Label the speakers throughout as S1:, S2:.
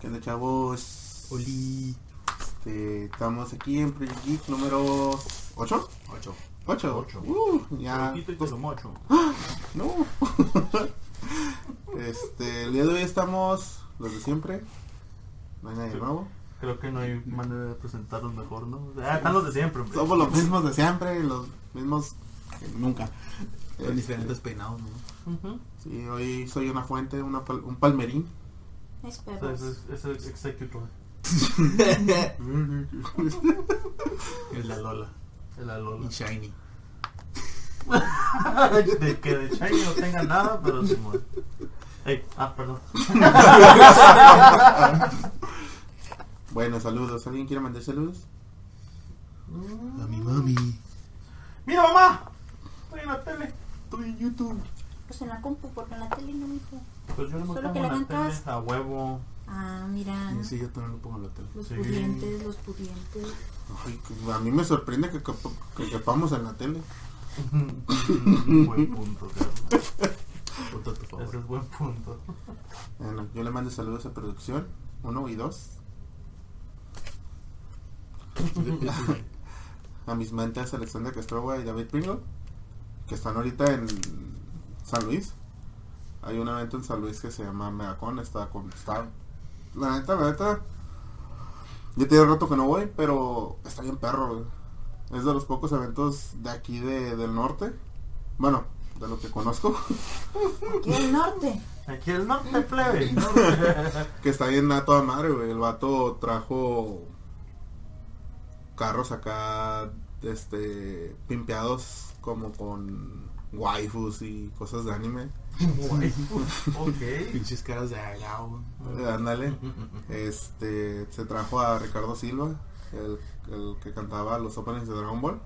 S1: ¿Qué onda, chavos?
S2: Oli.
S1: Este, estamos aquí en Project Geek número 8.
S3: 8.
S1: 8.
S3: Ocho.
S1: Uh, ya.
S3: Pues,
S1: dos- No. este, el día de hoy estamos los de siempre. No hay nadie
S3: Sí.
S1: nuevo.
S3: Creo que no hay manera de presentarlos mejor, ¿no? Ah, están los de siempre, hombre.
S1: Somos los mismos de siempre, los mismos que nunca. Eh.
S2: Con diferentes peinados, ¿no?
S3: Ujú.
S1: Sí, hoy soy una fuente, una pal- un palmerín.
S3: Ese
S4: Espero.
S3: Es, es el executor,
S2: El la Lola.
S3: el
S2: Y
S3: Alola.
S2: Shiny.
S3: de que de Shiny no tenga nada, pero se muere. Ey, ah, perdón.
S1: bueno, saludos. ¿Alguien quiere mandar saludos?
S2: A mi mami.
S3: ¡Mira, mamá! Estoy en la tele.
S1: Estoy en YouTube.
S4: Pues en la compu, porque en la tele no, mijo.
S3: Pues yo no me
S4: Solo
S3: pongo
S4: que
S3: en
S4: le
S3: la tele
S4: cantas.
S3: a huevo.
S4: Ah, mira.
S2: Y sí, yo también lo pongo en la tele.
S4: Los
S3: Sí.
S4: pudientes, los pudientes.
S1: Ay, que- a mí me sorprende que, cap- que quepamos en la tele.
S3: buen punto, Carlos.
S2: Punto a tu
S3: Ese
S2: favor.
S3: es buen punto.
S1: Bueno, yo le mando saludos a producción, uno y dos. A mis mentes Alexander Castroba y David Pringle, que están ahorita en San Luis. Hay un evento en San Luis que se llama Megacon, está con... Está, la neta, la neta. Yo tenía rato que no voy, pero está bien perro, güey. Es de los pocos eventos de aquí de- del norte. Bueno, de lo que conozco.
S4: Aquí al norte.
S3: Aquí el norte plebe.
S1: Que está bien a toda madre, güey. El vato trajo carros acá, este, pimpeados como con waifus y cosas de anime.
S3: Guay. ok.
S2: Pinches caras de allá, güey.
S1: Eh, Ándale. Este, se trajo a Ricardo Silva, el, el que cantaba los openings de Dragon Ball.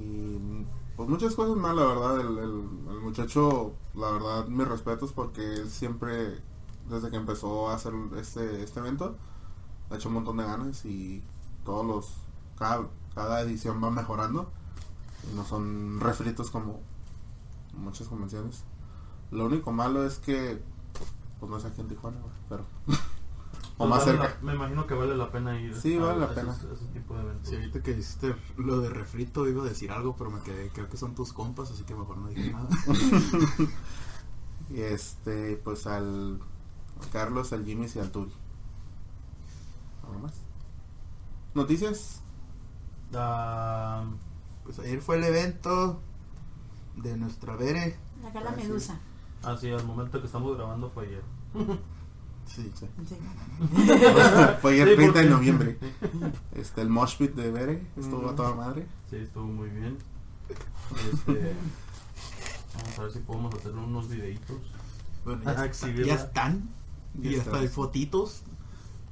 S1: Y pues muchas cosas más, la verdad. El, el- el muchacho, la verdad, mis respetos porque él siempre, desde que empezó a hacer este, este evento, ha hecho un montón de ganas y todos los, cada, cada edición va mejorando. Y no son refritos como muchas convenciones. Lo único malo es que, pues no sé aquí en Tijuana, güey, pero... o
S3: Pues
S1: más
S3: vale la-
S1: cerca.
S3: me imagino que vale la pena ir
S1: Sí, vale la
S3: esos-
S1: pena.
S3: esos, tipo de eventos.
S2: Sí, ahorita que hiciste lo de refrito iba a decir algo, pero me quedé. Creo que son tus compas, así que mejor no dije nada.
S1: Y este, pues al a Carlos, al Jimmy y al Turi. ¿Algo más? ¿Noticias?
S3: Ah,
S2: Pues ayer fue el evento de nuestra Bere.
S4: Acá la
S1: Ah, sí.
S4: medusa.
S3: así, al momento que estamos grabando fue ayer.
S2: Sí.
S4: Sí.
S1: Fue ayer 30 de
S3: Sí, porque-
S1: noviembre. Este, el Mosh Pit de Bere estuvo a
S3: Ujú.
S1: toda madre.
S3: Sí, estuvo muy bien. Este, vamos a ver si podemos hacer unos videitos.
S2: Bueno, ya,
S3: Ah,
S2: está-
S3: exhibirla.
S2: ya están.
S1: Ya
S2: Y hasta
S1: están.
S2: hay fotitos.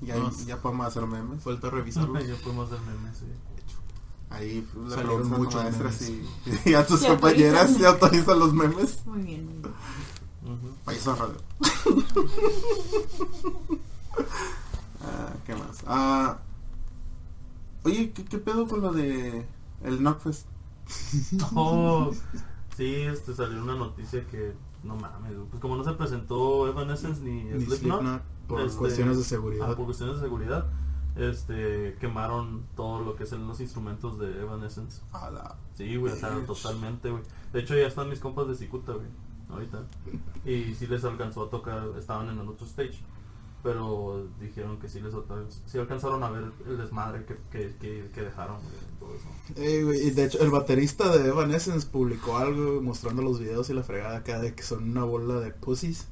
S1: Ya,
S2: No.
S1: ya podemos hacer memes.
S2: Falta revisarlos.
S3: Ya podemos hacer memes, sí.
S1: Ahí le
S2: Salieron
S1: preguntan a las
S2: muchos
S1: maestras y,
S2: memes.
S1: y a tus
S4: Se
S1: compañeras
S4: autorizan.
S1: se autorizan los memes.
S4: Muy bien, muy bien.
S3: Ujú.
S1: Paisa Radio. Ah, ¿Qué más? Ah, oye, ¿qué, ¿qué pedo con lo de el Knockfest?
S3: Oh, sí, este, salió una noticia que no mames, pues como no se presentó Evanescence ni,
S2: Ni
S3: Slipknot,
S2: Slipknot, por
S3: este,
S2: cuestiones de seguridad.
S3: ah, por cuestiones de seguridad, este, quemaron todo lo que son los instrumentos de Evanescence.
S1: A la-
S3: Sí, güey, o sea,
S2: Bitch.
S3: totalmente, güey. De hecho, ya están mis compas de Cicuta, güey, ahorita. Y sí les alcanzó a tocar, estaban en el otro stage. Pero dijeron que sí les alca- sí alcanzaron a ver el desmadre que, que, que, que dejaron, güey, todo eso.
S2: Eh, güey, y de hecho, el baterista de Evanescence publicó algo mostrando los videos y la fregada acá de que son una bola de pussies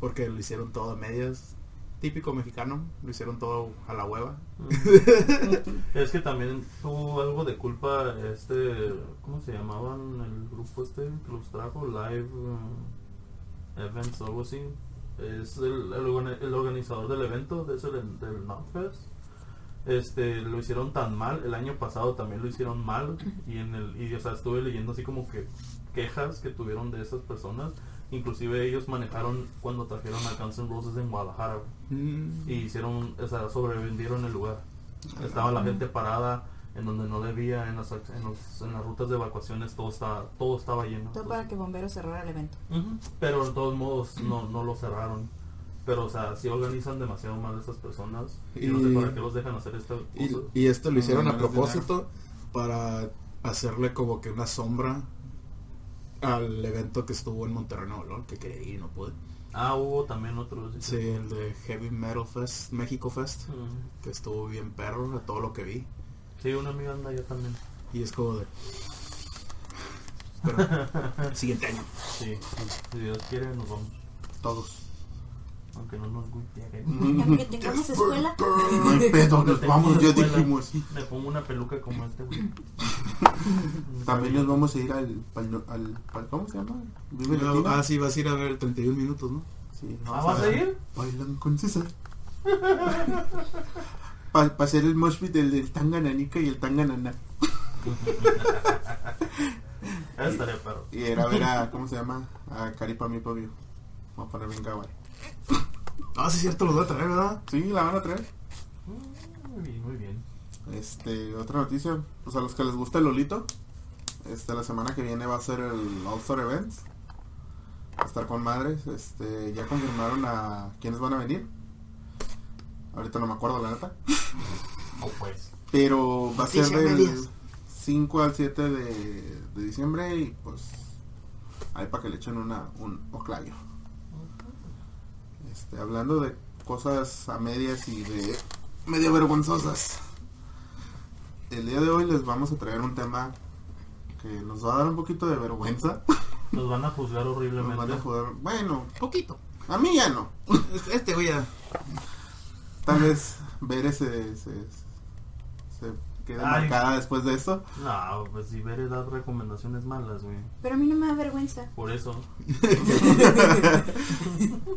S2: porque lo hicieron todo a medias. Típico mexicano, lo hicieron todo a la hueva.
S3: Es que también tuvo algo de culpa este, ¿cómo se llamaban el grupo este que los trajo? Live eh, Events o algo así. Es el, el organ- el organizador del evento, de eso del, del Knotfest. Este, lo hicieron tan mal, el año pasado también lo hicieron mal y en el y o sea, estuve leyendo así como que quejas que tuvieron de esas personas, inclusive ellos manejaron cuando trajeron a Guns N' Roses en Guadalajara. güey
S2: Mm.
S3: y hicieron, o sea, sobrevendieron el lugar. Estaba la gente parada en donde no debía, en las, en los- en las rutas de evacuaciones, todo estaba, todo estaba lleno.
S4: Todo para que bomberos cerrara el evento.
S3: Ujú. Pero de todos modos no, no lo cerraron. Pero, o sea, sí organizan demasiado mal a estas personas. Y, no
S2: Y-
S3: sé para qué los dejan hacer esta
S2: Y,
S3: cosa.
S2: y esto lo
S1: Ah,
S2: hicieron a
S1: ganas de
S2: propósito para hacerle como que una sombra al evento que estuvo en Monterrey Nuevo León, que quería ir y no pude.
S3: Ah, hubo también otros.
S2: Sí, el de Heavy Metal Fest, México Fest,
S3: Mm.
S2: que estuvo bien perro a todo lo que vi.
S3: Sí, una amiga anda allá también.
S2: Y es como de... Pero, siguiente año.
S3: Sí, si Dios quiere, nos vamos.
S1: Todos.
S3: Aunque no nos guste.
S2: Mm.
S4: Aunque tengamos escuela.
S1: No hay pedo, nos vamos, ya dijimos.
S3: Me pongo una peluca como este, güey.
S1: También nos vamos a ir al, al, al, al- ¿cómo se llama? Vive
S2: Pero,
S1: Latino.
S2: ah, sí, vas a ir a ver 31 minutos, ¿no?
S1: Sí,
S3: Ah, ¿vas a ir?
S1: Bailan con César. Para hacer el mosh pit del, del Tangananica y el Tanganana.
S3: Ahí Estaría perro.
S1: Y era ver a, ¿cómo se llama? A Caripa mi Vamos a poner bien kawaii.
S2: Ah, sí, es cierto, los voy a traer, ¿verdad?
S1: Sí, la van a traer.
S3: Muy bien, Mm, muy bien.
S1: Este, otra noticia. Pues a los que les gusta el Lolito, este, la semana que viene va a ser el All Star Event. Va a estar con madres. Este, ya confirmaron a quiénes van a venir. Ahorita no me acuerdo, la neta.
S3: O pues.
S1: Pero va a ser
S4: Noticia
S1: del
S4: medias.
S1: 5 al 7 de, de diciembre y pues ahí para que le echen una, un oclavio. Este, hablando de cosas a medias y de medio vergonzosas. El día de hoy les vamos a traer un tema que nos va a dar un poquito de vergüenza.
S3: Nos van a juzgar
S1: Nos
S3: horriblemente.
S1: van a joder. Bueno,
S2: Poquito.
S1: a mí ya no.
S2: Este, este voy a...
S1: Tal vez ver ese... ese- se quede
S3: Ay.
S1: marcada después de eso.
S3: No, pues si ver las recomendaciones malas, güey.
S4: Pero a mí no me da vergüenza.
S3: Por eso.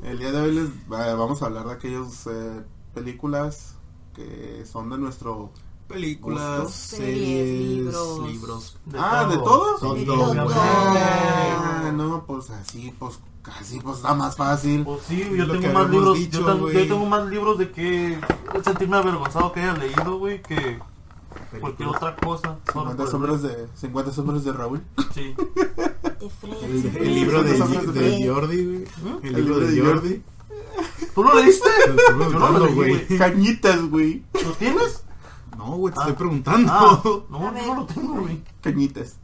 S1: El día de hoy les va- vamos a hablar de aquellas eh, películas que son de nuestro...
S2: Películas,
S1: Gustos.
S2: series,
S4: Series,
S2: libros.
S4: libros.
S1: Ah, ¿de todo?
S2: Son
S4: De
S2: dos,
S4: todo.
S2: güey.
S1: Ah, no, pues así, pues casi, pues está más fácil.
S3: Pues sí,
S2: Lo
S3: yo
S2: que
S3: tengo más
S2: habíamos
S3: libros.
S2: dicho,
S3: yo, tan-
S2: güey.
S3: yo tengo más libros de que sentirme avergonzado que haya leído, güey, que cualquier
S2: Películas.
S3: otra cosa. Solo
S1: 50
S3: por-
S1: sombras de, 50 sombras de Raúl.
S3: Sí.
S4: De Fred.
S2: El, el
S4: siempre
S2: libro de,
S4: me
S1: Son
S4: gusta
S1: los
S2: de
S4: Fred.
S2: Jordi, güey.
S3: ¿Mm?
S2: El libro de Jordi.
S3: ¿Tú lo leíste?
S2: Te estoy
S3: lo
S2: preguntando,
S3: leí,
S2: güey.
S1: Cañitas, güey.
S3: ¿Lo tienes?
S2: No, güey, te
S3: Ah.
S2: estoy preguntando.
S3: Ah, no,
S4: A ver.
S3: no lo tengo, güey.
S1: Cañitas.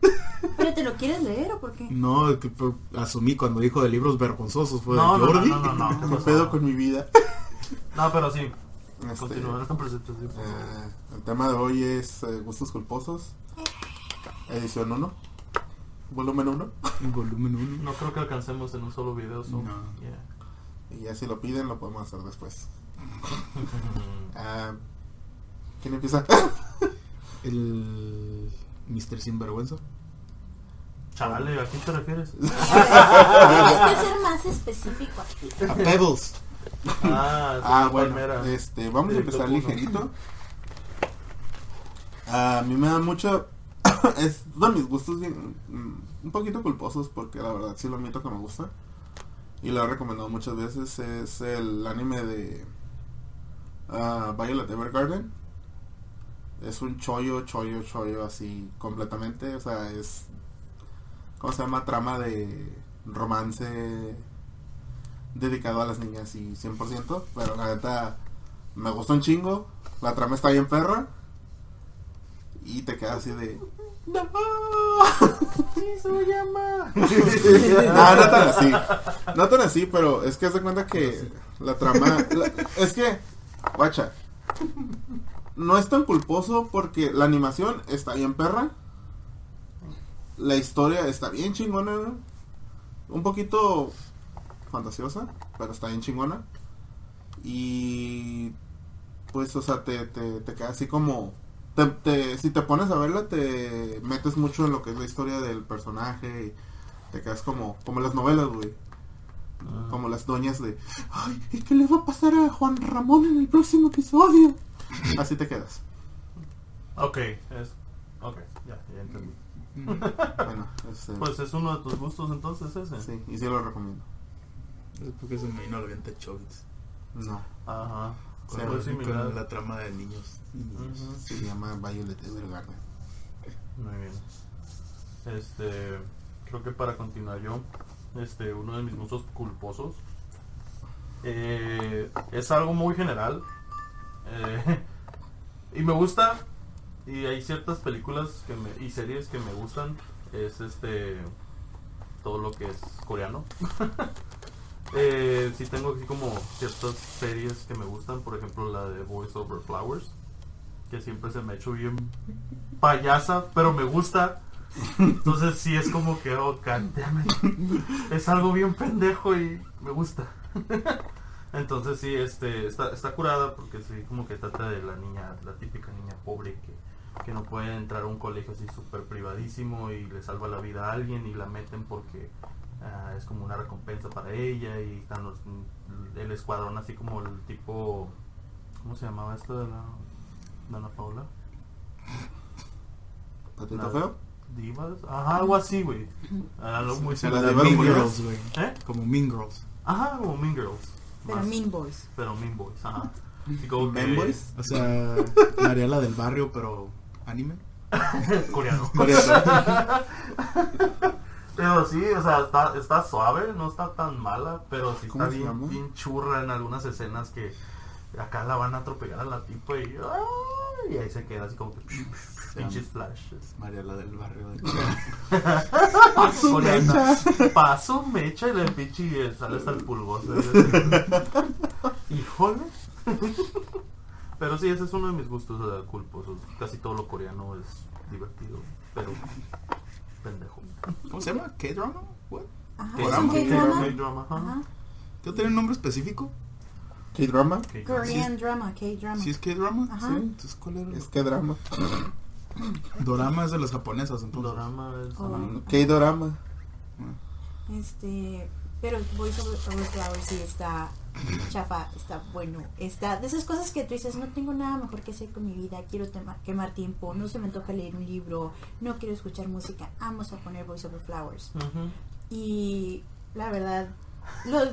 S4: ¿Pero te lo quieres leer o por qué?
S2: No, es que, pues, asumí cuando dijo de libros vergonzosos fue de
S3: No, no, no,
S2: Jordi.
S3: no, no, no.
S1: ¿Qué pedo con mi vida?
S3: No, pero sí.
S1: Este,
S3: Continuar con presentación.
S1: eh, el tema de hoy es eh, Gustos Culposos. Edición 1. Volumen 1.
S2: El volumen 1.
S3: No creo que alcancemos en un solo video. so-
S2: No.
S3: yeah.
S1: Y ya si lo piden, lo podemos hacer después. Ah, ¿Quién empieza?
S2: El Mr. Sinvergüenza.
S3: Chale, ¿a quién te refieres?
S4: Tienes que ser más específico aquí.
S2: A Pebbles.
S3: Ah,
S1: Ah,
S3: señor
S1: bueno,
S3: Palmera.
S1: este, vamos a
S3: Director
S1: empezar
S3: Puno.
S1: ligerito. A mí me da mucho. es uno de mis gustos bien, mm, un poquito culposos porque la verdad sí lo admito que me gusta. Y lo he recomendado muchas veces. Es el anime de ah, Violet Evergarden. Es un chollo, chollo, chollo así completamente. O sea, es. ¿Cómo se llama? Trama de romance dedicado a las niñas y 100%, pero la neta me gustó un chingo, la trama está bien perra y te quedas así de no, llama. no, no tan así. No tan así, pero es que haz de cuenta que la trama la- es que guacha no es tan culposo porque la animación está bien perra. La historia está bien chingona. ¿no? Un poquito fantasiosa, pero está bien chingona. Y pues, o sea, te, te, te queda así como... te- te- si te pones a verla, te metes mucho en lo que es la historia del personaje y te quedas como, como las novelas, güey.
S3: Ah.
S1: Como las doñas de... ¡Ay! ¿Y qué le va a pasar a Juan Ramón en el próximo episodio? Así te quedas.
S3: Ok, es. Ok, ya, ya entendí.
S1: Bueno, este,
S3: Pues eh. es uno de tus gustos entonces ese.
S1: sí, y sí lo recomiendo.
S2: Es porque se me vino a la mente Chobits.
S1: No,
S3: Ajá.
S2: Con,
S1: Sí,
S3: Algo
S2: la-
S3: similar.
S2: con la trama de niños. y niñas.
S3: Ujú.
S1: se llama Violet Evergarden.
S3: Muy bien. Este, creo que para continuar yo, este, uno de mis gustos culposos Eh, es algo muy general. Eh, y me gusta. Y hay ciertas películas que me- y series que me gustan. Es este. Todo lo que es coreano. eh, sí tengo aquí como ciertas series que me gustan. Por ejemplo, la de Voice Over Flowers. Que siempre se me ha hecho bien payasa, pero me gusta. Entonces sí es como que, oh, god damn it. Es algo bien pendejo y me gusta. Entonces sí, este, está, está curada porque sí, como que trata de la niña, la típica niña pobre que, que no puede entrar a un colegio así súper privadísimo y le salva la vida a alguien y la meten porque ah, es como una recompensa para ella y están los, el escuadrón así como el tipo, ¿cómo se llamaba esta de la de Ana Paula?
S1: ¿Patito
S3: Nada.
S1: feo?
S3: Divas, ajá, algo así, güey. Algo muy
S2: Se
S1: la
S2: la
S1: de
S2: de
S3: similar.
S1: Mean
S2: Mean
S1: Girls.
S2: Girls, güey.
S3: ¿Eh?
S2: Como Mean Girls.
S3: Ajá, como Mean Girls.
S4: Pero
S3: Más-
S4: Mean Boys.
S3: Pero Mean Boys, ajá. Así como que-
S1: ¿Men Boys?
S2: O sea, Mariela del Barrio, pero anime.
S3: Coreano.
S2: Coreano.
S3: Pero sí, o sea, está, está suave, no está tan mala, pero sí
S1: ¿Cómo
S3: está
S1: se llama?
S3: bien, bien churra en algunas escenas que acá la van a atropellar a la tipa y, ¡ay! y ahí se queda así como que pinches flashes.
S2: Mariela del Barrio. De Corea.
S1: su
S3: Coreana. Paso mecha y le pinche y le sale hasta el pulgoso. ¿eh? Híjole. Pero sí, ese es uno de mis gustos de culposos. Casi todo lo coreano es divertido, pero pendejo.
S2: ¿Cómo se llama? ¿K-drama? What?
S4: Ajá,
S1: Por
S4: Ah, es un
S1: ambos,
S4: K-drama.
S3: K-drama, ajá.
S4: Ajá.
S2: ¿Yo tenía un nombre específico?
S1: ¿Qué drama?
S3: K-drama.
S4: Korean drama, K-drama.
S2: ¿Sí es K-drama?
S4: Ajá.
S2: Sí. Entonces, ¿cuál era?
S1: Es que drama.
S2: Dorama es de las japonesas, entonces.
S3: Dorama es-
S4: Oh.
S1: ¿Qué drama?
S4: Este, pero Voice Over Over Flowers sí está chafa, está bueno, está de esas cosas que tú dices, no tengo nada mejor que hacer con mi vida, quiero tema- quemar tiempo, no se me antoja leer un libro, no quiero escuchar música, vamos a poner Voice Over Flowers.
S3: Ujú.
S4: Y la verdad, los,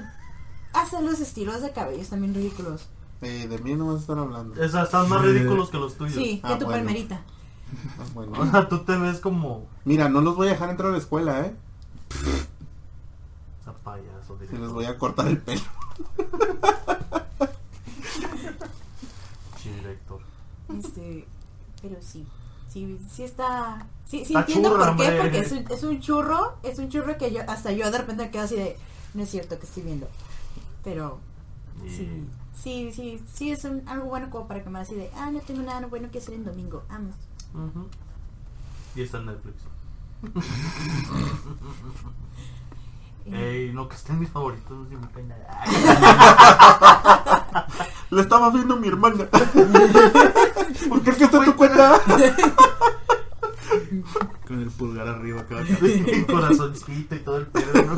S4: hasta los estilos de cabellos también ridículos.
S1: Eh, de mí no vas a estar hablando.
S3: Es- están más
S2: Eh,
S3: ridículos que los tuyos.
S4: Sí,
S1: Ah,
S4: que tu
S1: bueno.
S4: palmerita.
S1: Ah, bueno.
S3: O sea, tú te ves como
S1: Mira, no los voy a dejar entrar a la escuela, ¿eh?
S3: a payaso.
S1: Si
S3: director.
S1: les voy a cortar el pelo.
S3: Sí, director.
S4: Este, pero sí, sí, sí está, sí, sí
S3: Está
S4: entiendo
S3: churro,
S4: por qué,
S3: hombre.
S4: porque es un, es un churro, es un churro que yo, hasta yo de repente quedo así de, no es cierto que estoy viendo, pero
S3: Y-
S4: sí, sí, sí, sí es un- algo bueno como para quemar así de, ah, no tengo nada bueno que hacer en domingo, vamos.
S3: Ujú. Y está en Netflix.
S4: Eh,
S3: Ey, no, que estén mis favoritos. No se me cae nada.
S1: Lo estaba viendo mi hermana. ¿Por qué es que está en tu cuenta?
S2: Con el pulgar arriba acá.
S3: El corazoncito y todo el pedo. ¿no?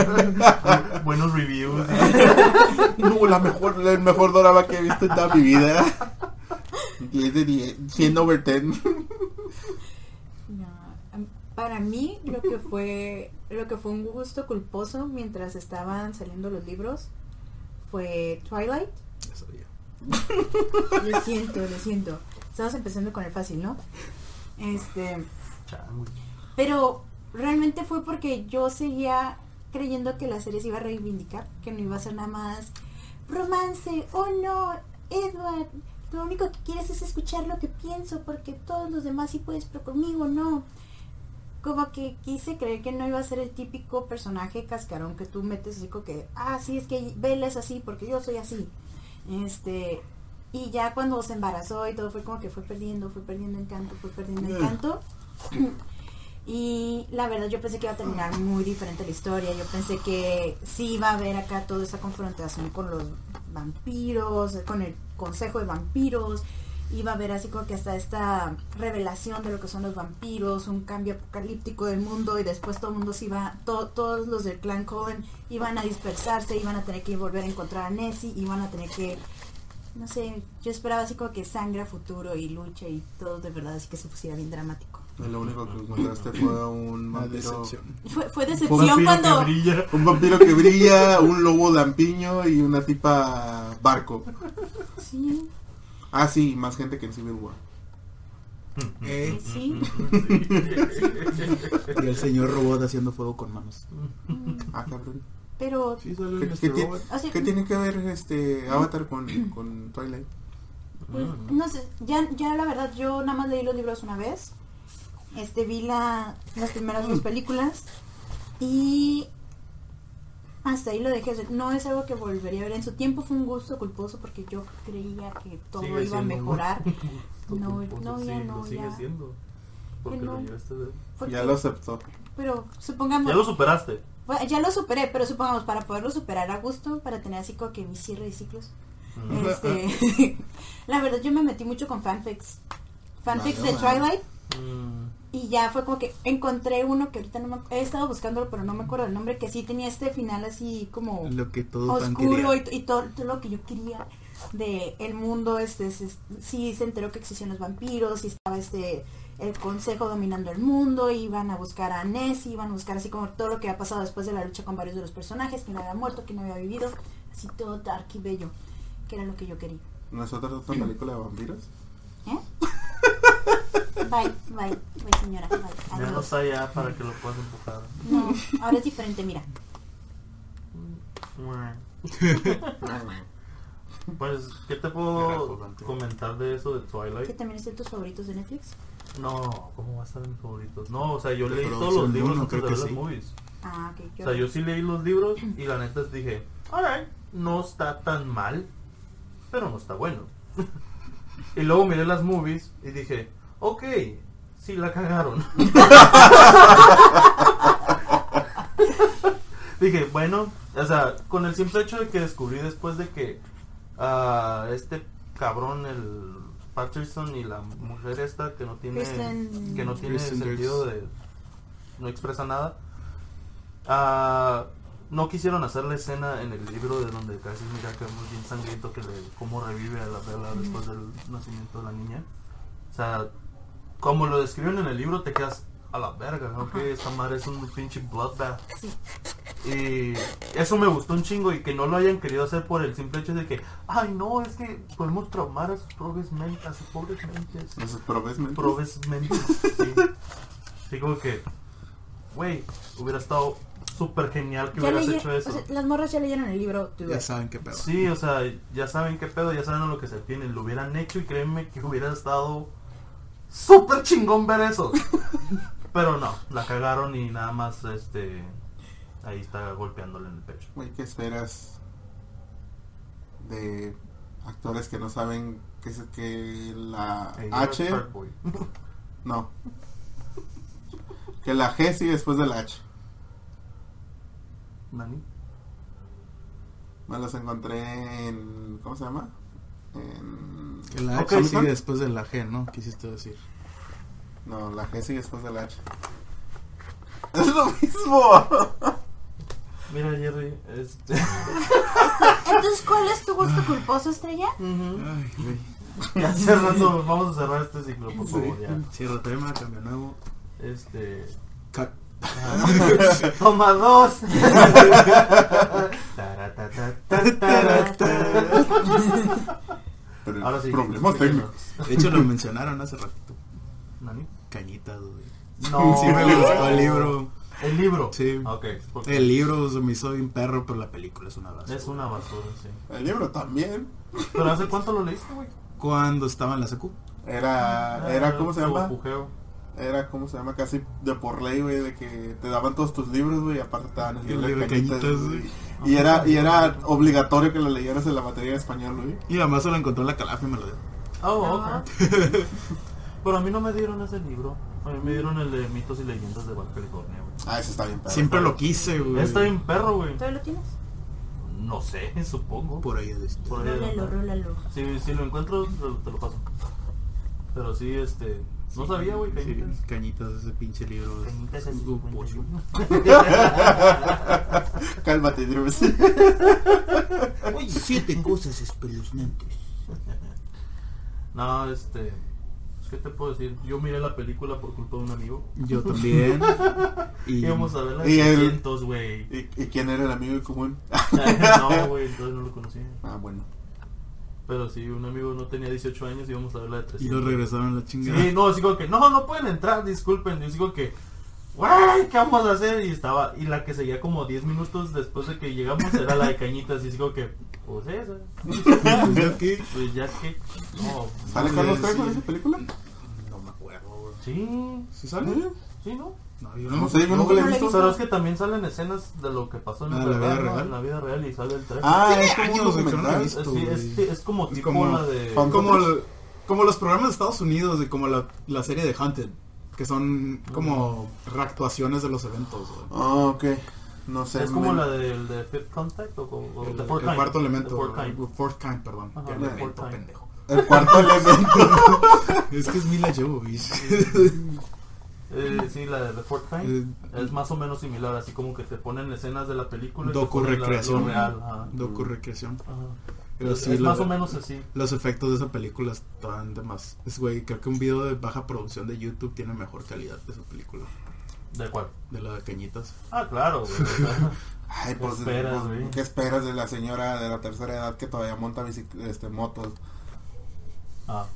S3: Buenos reviews.
S1: No, la mejor, el mejor dorama que he visto en toda mi vida. 10 de 10, 100 over 10.
S4: no, am- para mí lo que fue, lo que fue un gusto culposo mientras estaban saliendo los libros fue Twilight.
S2: Ya sabía.
S4: Lo siento, lo siento. Estamos empezando con el fácil, ¿no? Este,
S3: Changui.
S4: pero realmente fue porque yo seguía creyendo que la serie se iba a reivindicar, que no iba a ser nada más romance, oh no, Edward, lo único que quieres es escuchar lo que pienso porque todos los demás sí puedes, pero conmigo no. Como que quise creer que no iba a ser el típico personaje cascarón que tú metes así como que, ah, sí, es que Bella es así porque yo soy así. Este, y ya cuando se embarazó y todo fue como que fue perdiendo, fue perdiendo encanto, fue perdiendo
S1: Ugh.
S4: encanto. Y la verdad yo pensé que iba a terminar muy diferente la historia. Yo pensé que sí iba a haber acá toda esa confrontación con los vampiros, con el consejo de vampiros. Iba a haber así como que hasta esta revelación de lo que son los vampiros, un cambio apocalíptico del mundo y después todo el mundo se iba, to- todos los del clan Cohen iban a dispersarse, iban a tener que volver a encontrar a Nessie, iban a tener que no sé, yo esperaba así como que sangre a futuro y lucha y todo de verdad así que se pusiera bien dramático.
S1: Lo único que encontraste fue un
S2: Una
S1: vampiro.
S2: decepción.
S4: Fue, fue
S1: Fue
S4: decepción
S3: Vampiro
S4: cuando...
S3: que brilla.
S1: Un vampiro que brilla, un lobo lampiño y una tipa barco.
S4: Sí,
S1: Ah, sí, más gente que en Civil War.
S2: Eh,
S4: sí.
S3: Sí.
S2: y el señor robot haciendo fuego con manos.
S1: Ah, cabrón.
S4: Pero,
S2: Sí, sale
S1: ¿Qué,
S2: el
S1: qué
S2: Mr.
S1: ti-
S2: Robot.
S4: o sea,
S1: qué tiene que ver este Avatar con, con Twilight?
S4: Pues,
S3: Mm.
S4: no sé, ya, ya la verdad, yo nada más leí los libros una vez. Este, vi la, las primeras
S3: Mm.
S4: dos películas. Y hasta ahí lo dejé. O sea, No es algo que volvería a ver. En su tiempo fue un gusto culposo porque yo creía que todo
S3: Sigue
S4: iba
S3: siendo
S4: a
S3: un
S4: mejorar.
S3: gusto
S4: No,
S3: culposo,
S4: no, ya
S3: Pues, sí,
S4: no,
S3: Lo sigue
S4: ya.
S3: siendo. Porque
S4: no.
S3: lo llevaste de...
S4: Porque-
S1: Ya lo aceptó.
S4: Pero supongamos.
S3: Ya lo superaste.
S4: Bueno, ya lo superé, pero supongamos, para poderlo superar a gusto, para tener así como que mi cierre de ciclos.
S3: Mm.
S4: Este, la verdad, yo me metí mucho con fanfics. Fanfics
S1: Vale,
S4: de
S1: vale.
S4: Twilight.
S3: Mm.
S4: Y ya fue como que encontré uno que ahorita no me ac- He estado buscándolo, pero no me acuerdo el nombre, que sí tenía este final así como
S2: Lo que todo fan
S4: oscuro
S2: quería.
S4: y, y todo, todo lo que yo quería de el mundo. Este, si sí se enteró que existían los vampiros y estaba este el consejo dominando el mundo. y Iban a buscar a Nessie, iban a buscar así como todo lo que había pasado después de la lucha con varios de los personajes, quién había muerto, quién había vivido. Así todo dark y bello, que era lo que yo quería.
S1: Nosotros otra película de vampiros.
S4: Bye, bye, bye señora, bye,
S3: Ya no
S4: adiós.
S3: está ya para que lo puedas empujar.
S4: No, ahora es diferente, mira. Mm.
S3: Mua.
S1: Yo
S3: Pues, ¿qué te
S2: Era
S3: puedo
S2: jugante.
S3: comentar de eso de Twilight?
S4: ¿Que también es de tus favoritos de Netflix?
S3: No, ¿cómo va a estar en mis favoritos? No, o sea, yo
S2: De
S3: leí todos
S2: producción
S3: los libros
S2: uno,
S3: antes de
S2: creo
S3: ver
S2: que
S3: las
S2: sí.
S3: movies.
S4: Ah, ok.
S3: O
S4: Yo,
S3: sea, yo sí leí los libros y la neta dije, alright, no está tan mal, pero no está bueno. y luego miré las movies y dije, ok, sí la cagaron. dije, bueno, o sea, con el simple hecho de que descubrí después de que ah, este cabrón, el Patterson y la mujer esta que no tiene,
S4: Kristen-
S3: que no tiene
S2: Kristen Dunst.
S3: sentido de, no expresa nada. Ah, no quisieron hacer la escena en el libro de donde casi mira que es muy bien sangriento que le, cómo revive a la Bella después del nacimiento de la niña. O sea, como lo describen en el libro te quedas a la verga, ¿no? Que esta madre es un pinche bloodbath.
S4: Sí.
S3: Y eso me gustó un chingo y que no lo hayan querido hacer por el simple hecho de que, ay no, es que podemos traumar a sus pobres mentes, a sus pobres mentes.
S1: Sus probes mentes.
S3: Probes mentes, sí. Sí, como que, güey, hubiera estado súper genial que
S4: ya
S3: hubieras
S4: leí-
S3: hecho eso.
S4: o sea, las morras ya leyeron el libro. tú
S2: Ya
S4: ves.
S2: saben qué pedo.
S3: Sí, o sea, ya saben qué pedo, ya saben a lo que se tienen. Lo hubieran hecho y créeme que hubiera estado súper chingón ver eso. Pero no, la cagaron y nada más, este, ahí está golpeándole en el pecho.
S1: Güey, ¿qué esperas de actores que no saben que, es, que la
S3: Ahí era
S1: H...
S3: Fat Boy.
S1: No. Que la G sigue después de la H.
S3: Nani.
S1: Me los encontré en... ¿Cómo se llama? En...
S2: Que la
S1: Ok,
S2: H
S1: ¿sí?
S2: sigue después de la G, ¿no? Quisiste decir.
S1: No, la G sigue después de la H. Es lo mismo.
S3: Mira, Jerry, este...
S4: Entonces, ¿cuál es tu
S3: Ah.
S4: gusto culposo, estrella?
S3: Ujú.
S2: Ay, güey.
S3: ya cerrando, vamos a cerrar este ciclo, por favor, ya.
S2: Cierra tema, cambio nuevo. Ah.
S3: Este...
S2: Cut.
S3: Toma dos.
S1: Pero
S3: Ahora sí.
S1: Problemas técnicos.
S2: De hecho, lo mencionaron hace ratito.
S3: ¿Nani?
S2: Cañitas, güey.
S3: No.
S2: Sí, me gustó el libro.
S3: ¿El libro?
S2: Sí.
S3: Ah, Ok. porque
S2: El libro se me hizo bien perro, pero la película es una basura.
S3: Es una basura, sí.
S1: El libro también.
S3: ¿Pero hace cuánto lo leíste, güey?
S2: Cuando estaba en la secu. Ah,
S1: Era, era, ¿cómo se
S3: Su
S1: llama?
S3: apogeo.
S1: Era, ¿cómo se llama? Casi de por ley, güey, de que te daban todos tus libros, güey, y aparte te daban
S2: El libro de cañitas, güey.
S1: Y era, y era obligatorio que lo leyeras en la materia de español, güey.
S2: Y además se lo encontró en la calafia y me lo dio.
S3: Oh,
S4: No.
S3: ok. Pero a mí no me dieron ese libro. A mí me dieron el de mitos y leyendas de Baja California, güey.
S1: Ah, eso está bien, perro.
S2: Siempre lo quise, güey.
S3: Está bien perro, güey.
S4: ¿Todavía lo tienes?
S3: No sé, supongo.
S2: Por ahí de esto.
S3: Por ahí.
S4: Rólalo, rólalo.
S3: Si, si lo encuentro, te lo- te lo paso. Pero sí, este... No sabía, güey,
S2: Sí,
S3: cañitas.
S2: cañitas, ese pinche libro. es-
S3: Cañitas
S2: es
S3: así,
S2: un
S3: güey,
S2: pollo.
S1: Cálmate, Drew.
S2: Oye, siete cosas espeluznantes.
S3: No, este... pues, ¿Qué te puedo decir? Yo miré la película por culpa de un amigo.
S2: Yo también. y
S3: Íbamos a ver la
S1: Y
S3: de
S1: el-
S3: 300, güey.
S1: ¿Y, y quién era el amigo en común?
S3: No, güey, entonces no lo conocí.
S1: Ah, bueno.
S3: Pero sí, un amigo no tenía 18 años y íbamos a ver la de
S2: y lo
S3: 300.
S2: regresaron a la chingada.
S3: Sí, no, así como que, no, no pueden entrar, disculpen. Yo digo que, "Güey, ¿Qué vamos a hacer? Y estaba, y la que seguía como 10 minutos después de que llegamos era la de cañitas. Y digo que, pues esa,
S2: Yo aquí
S3: pues ya que, no,
S1: ¿Sale
S2: Sí,
S1: Carlos Trejo en
S2: sí.
S1: esa película?
S2: no me acuerdo, güey.
S3: sí,
S2: ¿Sí sale?
S3: sí, ¿no?
S2: No, yo
S1: No sé, yo nunca la he
S4: no la he
S1: visto.
S4: visto.
S3: Pero es que también salen escenas de lo que pasó en,
S2: Ah,
S3: el
S2: la vida
S3: verdad, ¿no?
S2: real.
S3: en la vida real y sale el tren.
S1: Ah, es
S2: Tiene
S1: como un
S2: años, güey, que no la
S1: documental.
S2: he visto.
S3: es, sí, es, es como
S2: Es
S3: tipo
S2: como-
S3: la de...
S1: fan-
S2: Como, el- como los programas de Estados Unidos y como la, la serie de Hunted, que son como
S3: Mm.
S2: reactuaciones de los eventos. güey.
S1: Ah, ok. No sé.
S3: Es como
S1: me-
S3: la del de Fifth Contact o, o o
S2: El,
S3: Oh, The Fourth
S2: el
S3: Kind.
S2: cuarto
S3: The
S2: elemento.
S3: Fourth
S2: güey.
S3: Kind.
S2: Fourth kind, perdón.
S3: Ajá,
S2: Qué
S3: The
S2: elemento,
S3: Fourth Kind.
S2: pendejo.
S1: El cuarto elemento.
S2: Es que es Mila Jovovich.
S3: Eh, sí, la de The Fourth Kind.
S2: Eh,
S3: es más o menos similar, así como que te ponen escenas de la película. y te ponen la-
S2: Docu-recreación.
S3: lo real, ajá.
S2: Docu recreación.
S3: Ajá.
S2: Pero
S3: es
S2: sí,
S3: es
S2: la-
S3: más o menos así.
S2: Los efectos de esa película están de más. Es, güey, creo que un video de baja producción de YouTube tiene mejor calidad de esa película.
S3: ¿De cuál?
S2: De la de Cañitas.
S3: Ah, claro. güey, o sea,
S1: Ay,
S3: ¿Qué
S1: pues,
S3: esperas,
S1: pues,
S3: güey?
S1: ¿qué esperas de la señora de la tercera edad que todavía monta bicic- este, motos?
S3: ah,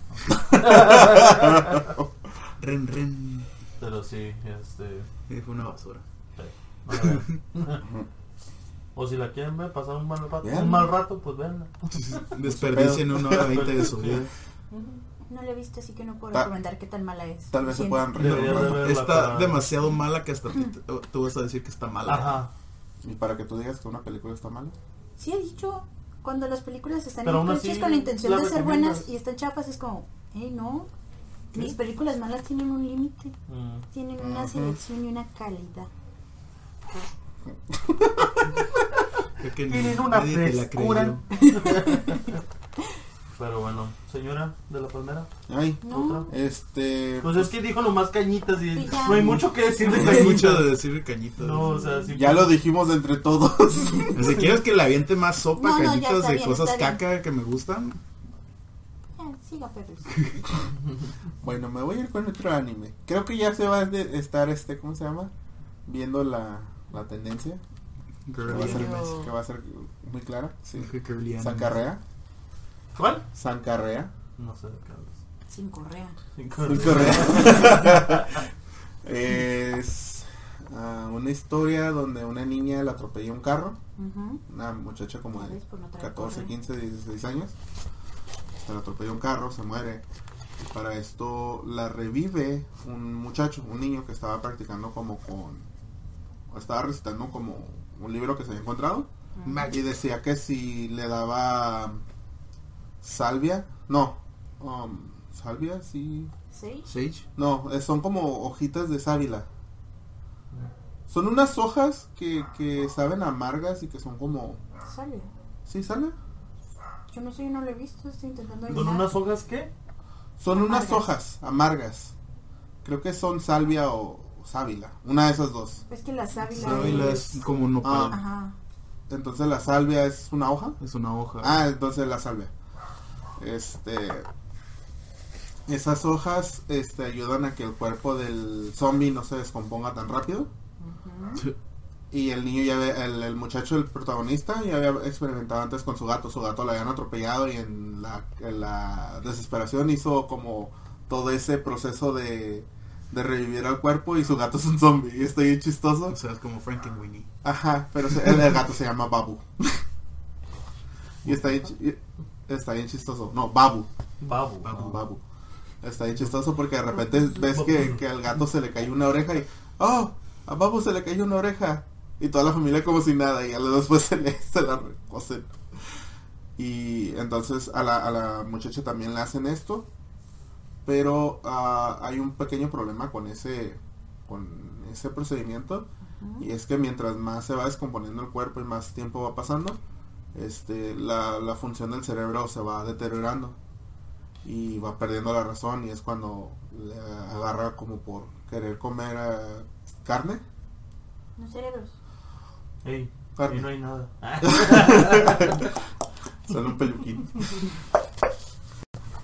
S2: Ren, ren.
S3: pero sí, este...
S2: Eh, Fue una basura.
S3: no la vean. o si la quieren ver, pasar un mal rato,
S1: Vean.
S3: un mal rato pues véanla.
S2: Desperdicien una hora veinte de su vida.
S4: No la he visto, así que no puedo
S1: Ta-
S4: recomendar qué tan mala es.
S1: Tal vez se
S4: Siento.
S1: puedan reír.
S3: Debería
S1: un
S3: de
S1: rato.
S3: ver.
S2: Está demasiado mala que hasta tú, tú vas a decir que está mala.
S3: Ajá.
S1: Y para que tú digas que una película está mala.
S4: Sí, he dicho, cuando las películas están
S3: Pero
S4: en
S3: aún
S4: coches
S3: así,
S4: con la intención
S3: la
S4: de ser
S3: recomiendas.
S4: buenas y están chafas, es como, eh, no. Mis películas malas tienen un límite,
S3: Mm.
S4: tienen una
S1: Ujú.
S4: selección y una calidad.
S2: Creo que
S3: Tienen una
S2: nadie te la
S3: frescura.
S2: creyó.
S3: Pero bueno, señora de la palmera,
S1: Ay,
S4: No,
S3: otra.
S1: este.
S3: Pues es que dijo nomás cañitas y
S4: Y ya.
S3: no hay mucho que decir de
S2: No hay mucho
S3: cañitas.
S2: de decir cañitas.
S3: No, o sea, sí.
S1: Ya lo dijimos entre todos.
S2: Si quieres que le aviente más sopa,
S4: No, no, ya
S2: cañitas
S4: está
S2: de
S4: bien,
S2: cosas
S4: está bien.
S2: caca que me gustan.
S4: ya, Eh, siga, Pepe.
S1: bueno, me voy a ir con otro anime. Creo que ya se va a de- estar, este, ¿cómo se llama? Viendo la, la tendencia. Que va, a
S2: Girly
S1: ser,
S4: Pero-
S1: que va a ser muy clara. Sí.
S2: animes. Girly animes.
S1: Sancarrea.
S3: ¿Cuál?
S1: Sancarrea.
S3: No sé de qué hablas.
S4: Sin correa.
S1: Sancarrea. es ah, una historia donde una niña la atropella un carro.
S4: Ujú.
S1: Una muchacha como
S4: Ya
S1: de
S4: ves, por no traer
S1: 14,
S4: correa.
S1: 15, 16 años. Se la atropella un carro, se muere. Y para esto la revive un muchacho, un niño que estaba practicando como con... o Estaba recitando como un libro que se había encontrado. Y
S4: Ujú.
S2: Magic.
S1: decía que si le daba salvia, no, um, salvia, sí,
S4: ¿Sí?
S2: Sage.
S1: no, eh, son como hojitas de sábila. Son unas hojas que, que saben amargas y que son como...
S4: Sale.
S1: ¿Sí sale?
S4: Yo no sé, yo no lo he visto, estoy intentando
S3: ¿Con
S4: adivinar.
S3: unas hojas qué?
S1: Son unas
S4: Amargas.
S1: hojas amargas. Creo que son salvia o sábila. Una de esas dos.
S4: Es que la sábila.
S2: Sábila
S4: es-
S2: es como no
S1: Ah.
S4: Ajá.
S1: Entonces la salvia es una hoja.
S2: Es una hoja.
S1: Ah, entonces la salvia. Este. Esas hojas este, ayudan a que el cuerpo del zombie no se descomponga tan rápido.
S4: Ujú.
S1: Y el niño ya ve- el, el muchacho, el protagonista, ya había experimentado antes con su gato. Su gato lo habían atropellado y en la, en la desesperación hizo como todo ese proceso de, de revivir al cuerpo y su gato es un zombie. Y está bien chistoso.
S2: O sea, es como Frankenweenie.
S1: Ajá, pero se- el, el gato se llama Babu. y está bien, chi- y- está bien chistoso. No, Babu.
S3: Babu.
S2: Babu.
S1: Babu. Está bien chistoso porque de repente ves que, que al gato se le cayó una oreja y ¡Oh! A Babu se le cayó una oreja. Y toda la familia como si nada y a la- después se, le, se la recosen. Y entonces a la, a la muchacha también le hacen esto. Pero ah, hay un pequeño problema con ese, con ese procedimiento.
S4: Ujú.
S1: Y es que mientras más se va descomponiendo el cuerpo y más tiempo va pasando, este, la, la función del cerebro se va deteriorando y va perdiendo la razón y es cuando le agarra como por querer comer eh, carne.
S4: No cerebros.
S3: Ey,
S1: Carne.
S3: y no hay nada.
S1: Sale un peluquín.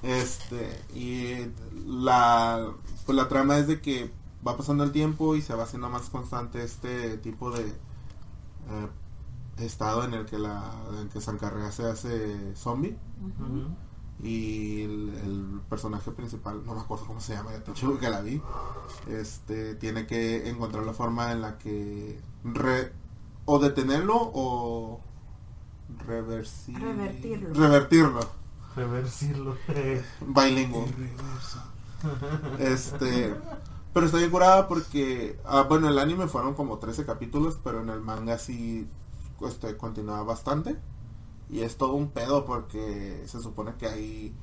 S1: Este, y la, pues la trama es de que va pasando el tiempo y se va haciendo más constante este tipo de eh, estado en el que la en que Sancarrea se hace zombie
S4: Ujú.
S3: Ujú.
S1: y el, el personaje principal, no me acuerdo cómo se llama, ya tengo que la vi, este, tiene que encontrar la forma en la que re- o detenerlo o reversi-
S4: Revertirlo.
S1: Revertirlo.
S3: Reversirlo.
S1: Bilingüe. Este, pero está bien curada porque, ah, bueno, el anime fueron como 13 capítulos, pero en el manga sí este, continuaba bastante. Y es todo un pedo porque se supone que hay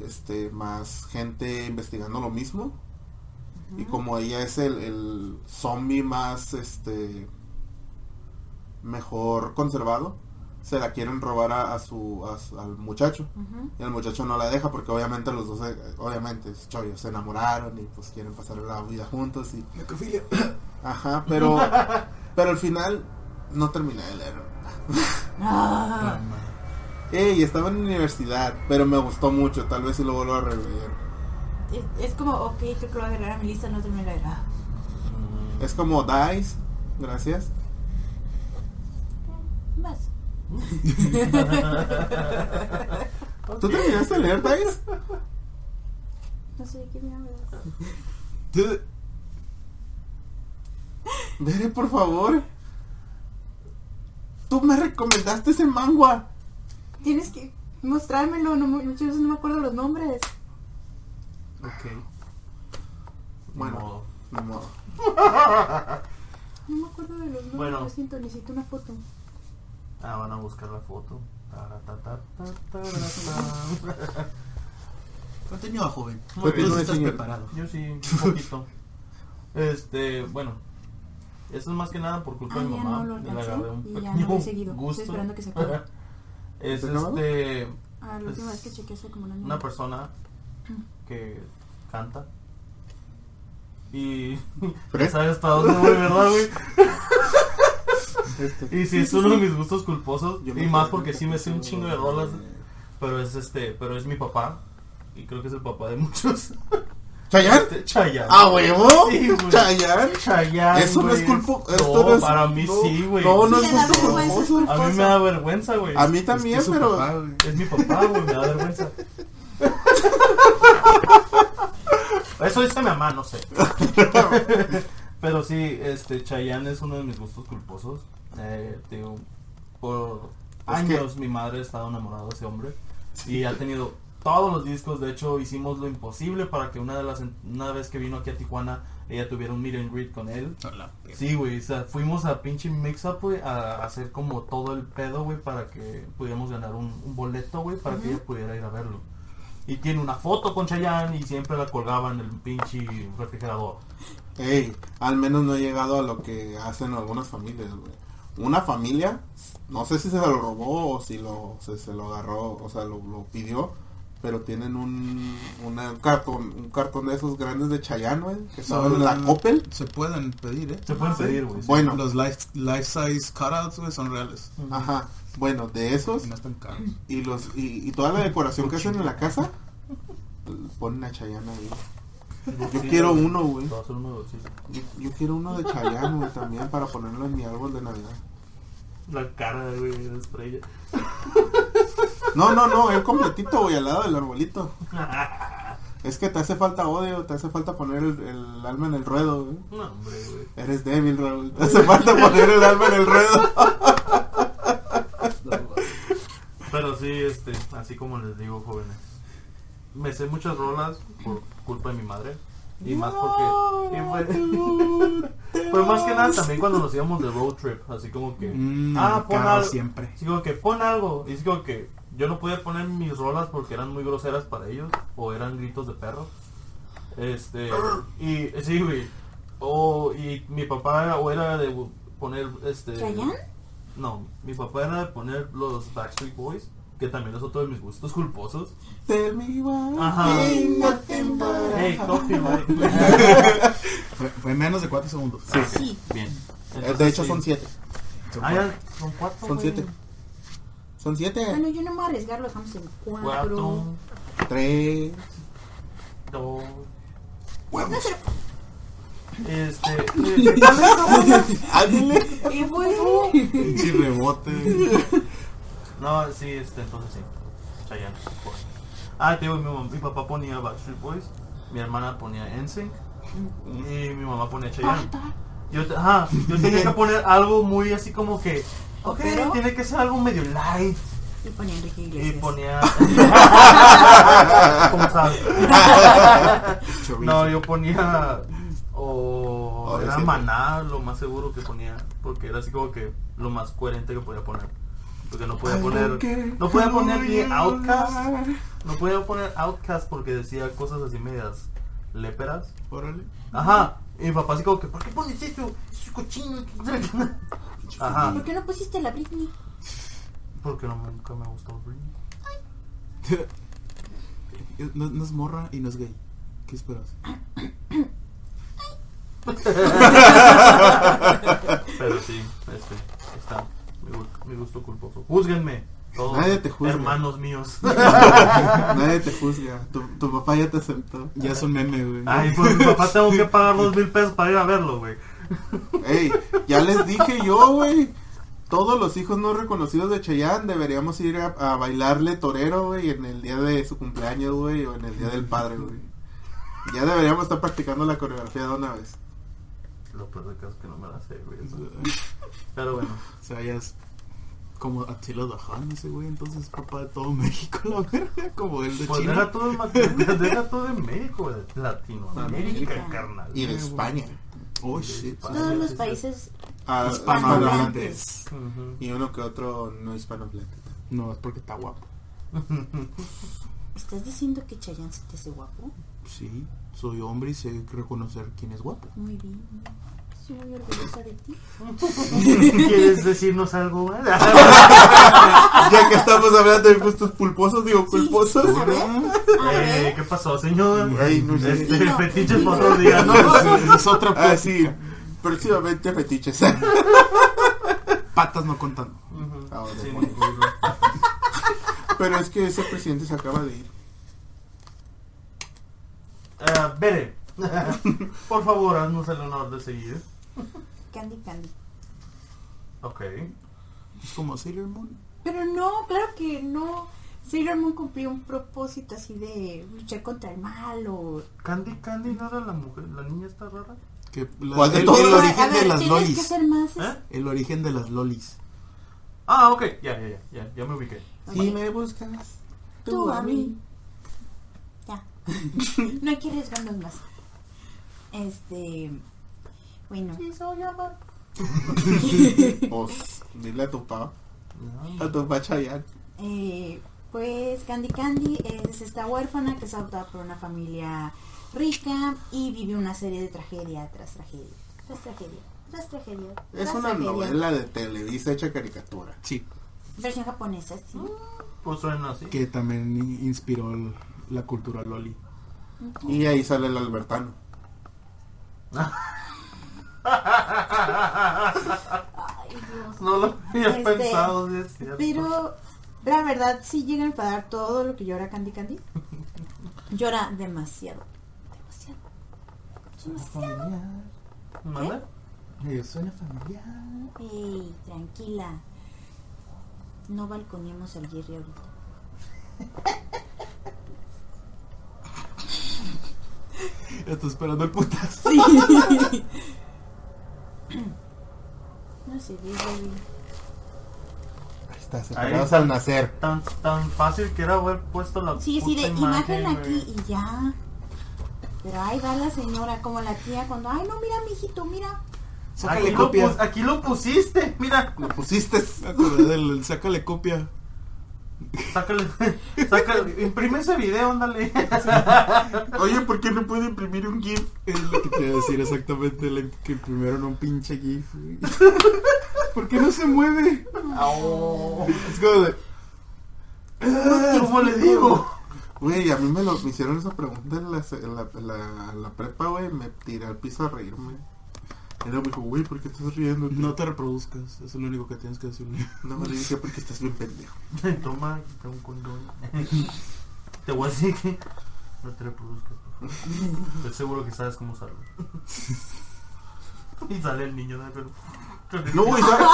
S1: este, más gente investigando lo mismo. Y como ella es el, el zombie más este mejor conservado, se la quieren robar a, a su, a su- al muchacho.
S4: Ujú.
S1: Y el muchacho no la deja porque obviamente los dos, eh, obviamente, chollos, se enamoraron y pues quieren pasar la vida juntos y...
S2: Necrofilia.
S1: Ajá, pero... pero al final no terminé de leer.
S4: Ah,
S1: Ey, estaba en la universidad, pero me gustó mucho, tal vez si lo vuelvo a releer.
S4: es, es como, ok, creo que lo voy a agregar a mi lista, no termino de ver. Ah,
S1: Es como Dice, gracias.
S4: Vas.
S1: ¿Tú terminaste de leer Dice?
S4: No sé de qué me hablas.
S1: Veré, por favor. Tú me recomendaste ese manga.
S4: Tienes que mostrármelo, no, me- muchas veces no me acuerdo los nombres.
S2: ok.
S1: Bueno,
S3: Bueno.
S1: no modo.
S4: No me acuerdo de los nombres,
S3: Bueno.
S4: lo siento, necesito una foto.
S3: Ah, van a buscar la foto. Taratatatataratam.
S2: Continúa, joven.
S3: Muy bien.
S2: Tú sí estás
S1: Señor.
S2: preparado.
S3: Yo sí, un poquito. Este, bueno. Eso es más que nada por culpa
S4: Ah,
S3: de mi
S4: ya
S3: mamá.
S4: no lo
S3: le
S4: alcancé
S3: agarré un
S4: y ya no
S3: pequeño
S4: lo he seguido. Estoy
S3: gusto.
S4: esperando que se acabe.
S3: Es
S1: ¿Está grabado?
S3: este,
S4: Ah, la última
S3: Es
S4: vez que chequeé hace como un año.
S3: una persona que canta. Y ya sabes para dónde voy, ¿verdad, güey?
S1: Este.
S3: Y sí, es uno de mis gustos culposos.
S1: Yo
S3: y
S1: me este
S3: más
S1: quedé
S3: porque sí me sé un
S1: poquito-
S3: chingo de rolas. Pero es este, pero es mi papá. Y creo que es el papá de muchos.
S1: ¿Chayanne?
S3: Este, Chayanne.
S1: ¿A huevo?
S3: Sí, güey.
S1: ¿Chayanne?
S3: Chayanne,
S1: Eso no
S3: güey,
S1: es culpo.
S3: No,
S1: esto no es-
S3: para mí
S1: no,
S3: sí, güey.
S1: No, no
S4: Sí,
S1: es
S4: le da
S1: gusto
S4: vergüenza, es
S1: culposo.
S3: A mí me da vergüenza, güey.
S1: A mí
S2: Es que
S1: también,
S2: su
S1: pero.
S2: papá, güey.
S3: Es mi papá, güey, me da vergüenza. Eso dice mi mamá, no sé. Pero sí, este, Chayanne es uno de mis gustos culposos. Eh, te digo, por
S1: Es que-
S3: años mi madre ha estado enamorada de ese hombre. Y ha tenido todos los discos. De hecho, hicimos lo imposible para que una de las en- una vez que vino aquí a Tijuana, ella tuviera un meet and greet con él. Sí, güey, o sea, fuimos a pinche Mix Up, güey, a hacer como todo el pedo, güey, para que pudiéramos ganar un, un boleto, güey, para que ella pudiera ir a verlo. Y tiene una foto con Chayanne y siempre la colgaba en el pinche refrigerador.
S1: Ey, al menos no he llegado a lo que hacen algunas familias, güey. Una familia, no sé si se lo robó o si lo, se, se lo agarró, o sea, lo, lo pidió, pero tienen un, una- un cartón, un cartón de esos grandes de Chayanne, güey, que son
S2: Son-
S1: la Coppel.
S2: Se pueden pedir, ¿eh?
S3: Se pueden
S4: Ah,
S3: pedir, güey. sí.
S1: Bueno.
S2: Los life, life size cutouts, güey, son reales.
S3: Ujú.
S1: Ajá, bueno, de esos
S2: Y no están caros.
S1: y los y, y toda la decoración que hacen en la casa, ponen a Chayanne ahí. Yo
S3: Sí,
S1: quiero
S3: güey.
S1: uno, güey.
S3: Te voy a hacer uno de bolsillo.
S1: Yo, yo quiero uno de Chayanne, güey, también para ponerlo en mi árbol de Navidad.
S3: La cara, güey, de estrella.
S1: No, no, no, el completito, güey, al lado del arbolito. Es que te hace falta odio, te hace falta poner el, el alma en el ruedo, güey.
S3: No, hombre, güey.
S1: Eres débil, Raúl. Te hace falta poner el alma en el ruedo.
S3: Pero sí, este, así como les digo, jóvenes. Me sé muchas rolas por culpa de mi madre. Y más porque. y fue- Pero más que nada también cuando nos íbamos de road trip, así como que...
S2: Mm,
S3: ah, pon
S2: carro
S3: algo.
S2: siempre.
S3: Así como que pon algo. Y así como que yo no podía poner mis rolas porque eran muy groseras para ellos. O eran gritos de perro. Este... Y sí, güey. O, y mi papá era, o era de poner este...
S4: ¿Chayanne?
S3: No, mi papá era de poner los Backstreet Boys. Que también es otro de mis gustos culposos.
S1: Tell me why
S3: Ajá.
S1: ain't nothing but a-
S3: Hey, copyright.
S2: Fue, fue menos de 4 segundos.
S4: Sí.
S3: Bien.
S1: Eh,
S3: Entonces,
S1: De hecho
S3: sí.
S1: son siete.
S2: Son
S3: Ah,
S2: cuatro.
S3: ya, son cuatro.
S1: Son
S3: güey.
S1: siete. Son
S4: Bueno,
S1: siete.
S4: yo no me voy a arriesgar, lo dejamos en
S3: Cuatro.
S4: cuatro.
S1: Tres.
S3: Dos.
S4: No sé,
S3: Este. eh, ¿cuál es?
S1: Ándale.
S4: ¿qué fue?
S2: Pinche rebote.
S3: no, sí, este, entonces sí. Chayanne. por favor. Ah, te digo, mi, mam- mi papá ponía Backstreet Boys, mi hermana ponía NSYNC y mi mamá ponía Chayanne. Yo, te- ajá, yo tenía que poner algo muy así como que, ok,
S4: Pero-
S3: tiene que ser algo medio light.
S4: Y ponía Enrique
S3: Y
S4: Iglesias.
S3: ponía... ¿Cómo sabes? No, yo ponía... O
S1: Ahora
S3: era
S1: sí.
S3: maná, lo más seguro que ponía, porque era así como que lo más coherente que podía poner. Porque no podía poner... No podía poner ni Outcast. No podía poner Outcast porque decía cosas así medias léperas.
S2: Órale.
S3: Ajá. Y mi papá así como que, ¿por qué pones esto? Es cochino. Ajá.
S4: ¿Por qué no pusiste la Britney?
S3: Porque no, me- nunca me gustó Britney.
S2: No, no es morra y no es gay. ¿Qué esperas?
S3: Pero sí, este, está. Mi, gu- mi gusto culposo. Júzguenme. Todos
S1: Nadie te juzga.
S3: Hermanos míos.
S1: Nadie te juzga. Tu, tu papá ya te aceptó.
S2: Ya es un meme, güey.
S3: Ay, pues mi papá tengo que pagar dos mil pesos para ir a verlo, güey.
S1: Ey, ya les dije yo, güey. Todos los hijos no reconocidos de Cheyenne deberíamos ir a, a bailarle torero, güey, en el día de su cumpleaños, güey, o en el día del padre, güey. Ya deberíamos estar practicando la coreografía de una vez.
S3: Lo peor de caso es que no me la sé, güey. Pero bueno.
S2: O sea, ya es como Attila the Hun, ese güey. Entonces, papá de todo México, la verga. Como el de
S3: Pues
S2: China.
S3: deja todo, en Mate- deja todo en México, de Latinoamérica,
S4: América.
S3: carnal.
S1: Y de España.
S2: Oh, shit.
S4: Todos los países.
S1: A-
S2: Hispanohablantes.
S3: Ujú.
S1: Y uno que otro no hispanohablante.
S2: No, es porque está guapo.
S4: ¿Estás diciendo que Chayanne se te hace guapo?
S2: Sí, soy hombre y sé reconocer quién es guapo.
S4: Muy bien. Estoy muy orgullosa de ti.
S3: ¿Quieres decirnos algo? güey?
S1: Ya que estamos hablando de gustos pulposos, digo
S3: Pues,
S1: pulposos.
S4: A ver. A
S3: Eh,
S4: ver.
S3: ¿Qué pasó, señor?
S1: Ey, no sé.
S3: Este,
S4: No.
S3: fetiches por otro día, ¿no?
S2: Es, es otra
S1: Ah,
S2: plática.
S1: sí. Próximamente fetiches.
S2: Patas no contando.
S3: Ujú.
S1: Ahora,
S3: Sí.
S1: bueno. Pero es que ese presidente se acaba de ir.
S3: Eh, Bere, por favor, haznos el honor de seguir.
S4: Candy, Candy.
S3: Ok.
S2: Es como Sailor Moon.
S4: Pero no, claro que no. Sailor Moon cumplió un propósito así de luchar contra el mal o...
S3: Candy, Candy, ¿no era la mujer? ¿La niña está rara?
S2: Que la-
S1: ¿Cuál de
S2: el,
S1: todos?
S2: el
S1: A
S4: a
S2: origen
S4: ver,
S2: de las
S4: tienes que
S2: lolis.
S4: ser más... es-
S3: ¿Eh?
S2: El origen de las lolis.
S3: Ah, ok, ya, ya, ya, ya, ya me ubiqué.
S1: Si me buscas,
S4: Tú a mí. Ya. no hay que arriesgarnos más. Este. Bueno.
S1: Pues, dile a tu papá,
S3: No.
S1: a tu papá Chayanne.
S4: eh, pues Candy Candy es esta huérfana que es adoptada por una familia rica y vive una serie de tragedia tras tragedia. Tras tragedia. Tras tragedia.
S1: Es
S4: tras
S1: una
S4: tragedia.
S1: novela de Televisa hecha caricatura.
S2: Sí.
S4: Versión japonesa, sí.
S3: Pues suena así.
S2: Que también in- inspiró el- la cultura loli.
S1: Y ahí sale el Albertano.
S4: Ay, Dios.
S3: No lo había
S4: Este,
S3: pensado, sí es cierto.
S4: Pero la verdad sí llega a enfadar todo lo que llora Candy Candy. Llora demasiado. Demasiado. Demasiado. ¿eh?
S3: ¿Mande?
S2: Yo suena familiar.
S4: Ey, tranquila. No balconemos al Jerry ahorita.
S2: Estoy esperando el putazo.
S4: No sé, Jerry.
S1: Ahí está,
S3: separados
S1: al nacer.
S3: Tan, tan fácil que era haber puesto la
S4: Sí, sí,
S3: puta
S4: de imagen
S3: güey.
S4: aquí y ya. Pero ahí va la señora, como la tía, cuando, ay, no, mira, mijito, mira.
S2: Sácale
S3: aquí, lo
S2: copia.
S3: pus- aquí lo pusiste, mira.
S1: Lo pusiste.
S2: Me acordé del sácale copia.
S3: Sácale, sácale, imprime ese video, ándale.
S1: Oye, ¿por qué no puede imprimir un GIF?
S2: Es lo que te iba a decir exactamente. la que imprimieron un pinche GIF. güey. ¿Por qué no se mueve?
S3: Au.
S2: Es como de. "Ah".
S3: ¿Cómo le digo?
S1: Güey, a mí me, lo, me hicieron esa pregunta en la, en la, en la- en la prepa, güey. Me tiré al piso a reírme. Y luego me dijo, güey, ¿por qué estás riendo?
S2: No te reproduzcas. Es lo único que tienes que decirle.
S1: No me dije porque estás bien pendejo.
S3: Toma, aquí está un condón. Te voy a decir que no te reproduzcas. por favor. Estoy seguro que sabes cómo usarlo. Y sale el niño de pero.
S1: No, güey, ¿sabes?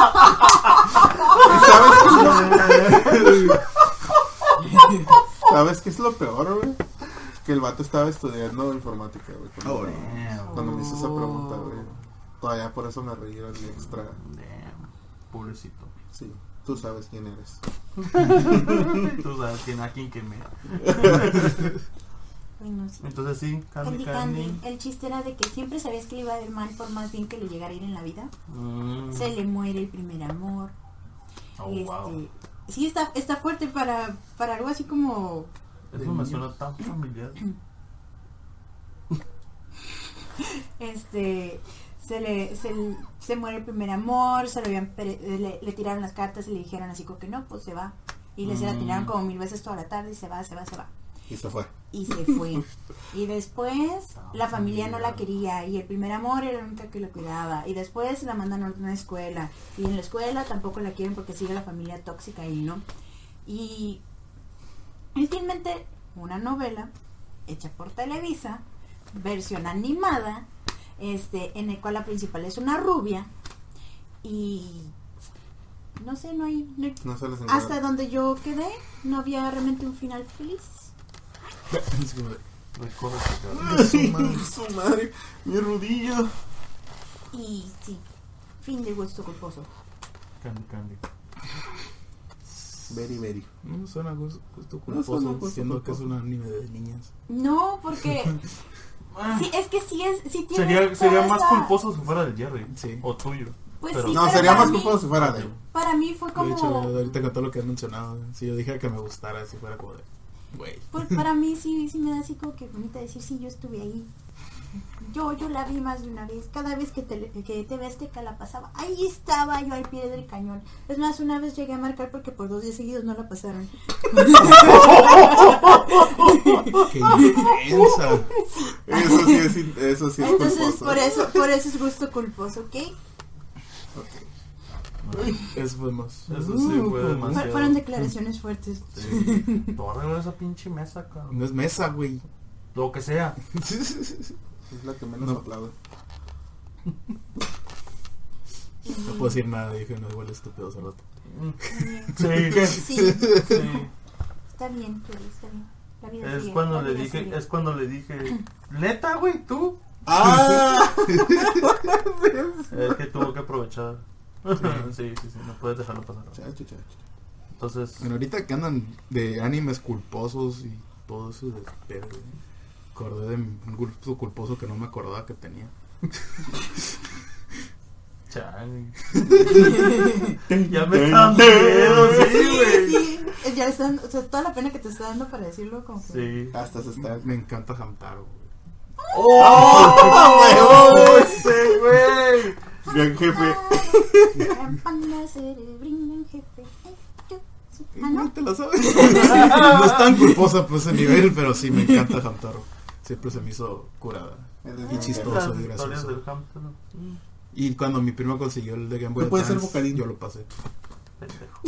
S1: ¿Y sabes, ¿Sabes qué es lo peor, güey? Que el vato estaba estudiando informática, güey. Cuando,
S2: Oh,
S3: Damn.
S1: cuando me hizo esa pregunta,
S4: Oh.
S1: güey. Todavía por eso me reí al extra.
S3: Damn. Pobrecito.
S1: Sí, tú sabes quién eres.
S3: Tú sabes quién a quién quemé.
S4: Ay, no, sí.
S3: Entonces sí, Candy
S4: Candy
S3: Candy.
S4: Candy, el chiste era de que siempre sabías que le iba a ir mal por más bien que le llegara a ir en la vida.
S3: Mm.
S4: Se le muere el primer amor.
S3: Oh,
S4: este,
S3: wow.
S4: Sí, está, está fuerte para, para algo así como...
S3: Eso me suena tan familiar.
S4: Este, se le, se, le- se muere el primer amor, se lo habían pre- eh, le, le tiraron las cartas y le dijeron así como que no, pues se va. Y le se la
S3: Mm.
S4: tiraron como mil veces toda la tarde y se va, se va, se va.
S1: Y se fue.
S4: Y se fue. y después la familia no la quería y el primer amor era el único que lo cuidaba. Y después la mandan a una escuela. Y en la escuela tampoco la quieren porque sigue la familia tóxica ahí, ¿no? Y últimamente una novela hecha por Televisa, versión animada, este, en el cual la principal es una rubia y no sé, no hay, no hay-
S1: No se les encuentra.
S4: hasta donde yo quedé no había realmente un final feliz.
S2: Es como de,
S3: Recorre ese cabrón.
S1: Su madre, su madre, mi rodillo.
S4: Y sí, fin de gusto culposo.
S3: Candy Candy.
S1: Very, very.
S2: No suena gusto, gusto
S1: No
S2: culposo,
S1: suena gusto
S2: siendo que es
S1: culposo.
S2: un anime de niñas.
S4: No, porque
S3: Ah,
S4: sí, es que sí es, sí tiene
S3: sería sería
S4: toda
S3: más
S4: esa-
S3: culposo si fuera del Jerry.
S2: Sí.
S3: O tuyo.
S4: Pues
S3: pero-
S4: sí,
S1: No,
S4: pero
S1: sería
S4: para
S1: más
S4: mí-
S1: culposo si fuera de.
S4: Para mí fue
S2: De hecho,
S4: como
S2: ahorita con todo lo que han mencionado, si yo dijera que me gustara, si fuera como de, güey.
S4: Pues para mí sí, sí me da así como que bonita decir sí, yo estuve ahí. Yo, yo la vi más de una vez. Cada vez que te, que te Azteca la pasaba, ahí estaba yo al pie del cañón. Es más, una vez llegué a marcar porque por dos días seguidos no la pasaron.
S2: Qué intensa.
S1: Eso sí es, in- eso sí es
S4: Entonces
S1: culposo.
S4: por eso, por eso es gusto culposo, ¿ok?
S2: Eso fue más.
S3: Eso sí fue
S2: Uh,
S4: Fue-
S3: demasiado.
S4: fueron declaraciones fuertes.
S3: Sí. Tú arregla esa pinche mesa, cabrón.
S2: No es mesa, güey.
S3: Lo que sea.
S1: Es la que menos
S2: No.
S1: aplaude.
S2: No puedo decir nada, dije, no, igual estúpido hace rato.
S3: Pues Sí.
S4: Sí,
S3: sí.
S4: está bien, Chori, está bien. La vida
S3: Es
S4: sigue,
S3: cuando
S4: la
S3: le
S4: vida
S3: dije,
S4: sigue.
S3: es cuando le dije, neta, güey, tú.
S1: ¡Ah!
S3: Es que tuvo que aprovechar. Sí, sí, sí, no puedes dejarlo pasar.
S1: Chacho, chacho.
S3: Entonces,
S2: Bueno, ahorita que andan de animes culposos y todo eso de pero, güey, Acordé de mi- un gusto culposo que no me acordaba que tenía.
S3: chale. ya me está dando miedo, sí,
S4: Sí,
S3: güey.
S4: sí, ya le está dando- o sea, toda la pena que te está dando para decirlo como que...
S3: Sí.
S1: Hasta se está.
S2: Me encanta Hamtaro, güey.
S3: ¡Oh, ese güey!
S1: Bien,
S4: Ah,
S1: jefe.
S4: Campana, cerebrina, jefe. Ay, yo soy- Ah,
S2: No
S4: no.
S2: te la sabes. no es tan culposa por ese nivel, pero sí me encanta Hamtaro. Siempre se me hizo curada.
S1: El de
S2: Y
S1: bien
S2: chistoso.
S1: jefe.
S3: Las
S2: y
S3: historias
S2: gracioso.
S3: del hamster. mm,
S2: Y cuando mi primo consiguió el de Game Boy
S1: ¿Me puedes hacer
S2: Advance,
S1: bocadillo?
S2: yo lo pasé.
S3: pendejo.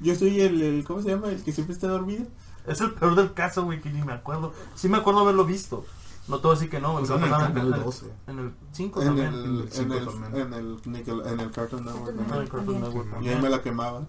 S1: Yo soy el, el- ¿Cómo se llama? El que siempre está dormido.
S3: Es el peor del caso, güey, que ni me acuerdo. Sí me acuerdo haberlo visto. No te voy a decir que no. me
S2: Pues
S3: acuerdo
S2: en el
S3: nada,
S2: canal 12.
S3: En el 5
S1: En
S3: también.
S2: En
S1: el.
S2: el
S1: En
S2: cinco
S1: el.
S2: también.
S1: En el. Nickel- En el Cartoon Network.
S4: Cartoon
S3: En el
S1: ¿no?
S3: Cartoon Network
S1: Y ahí
S3: también.
S1: me la quemaba.
S3: O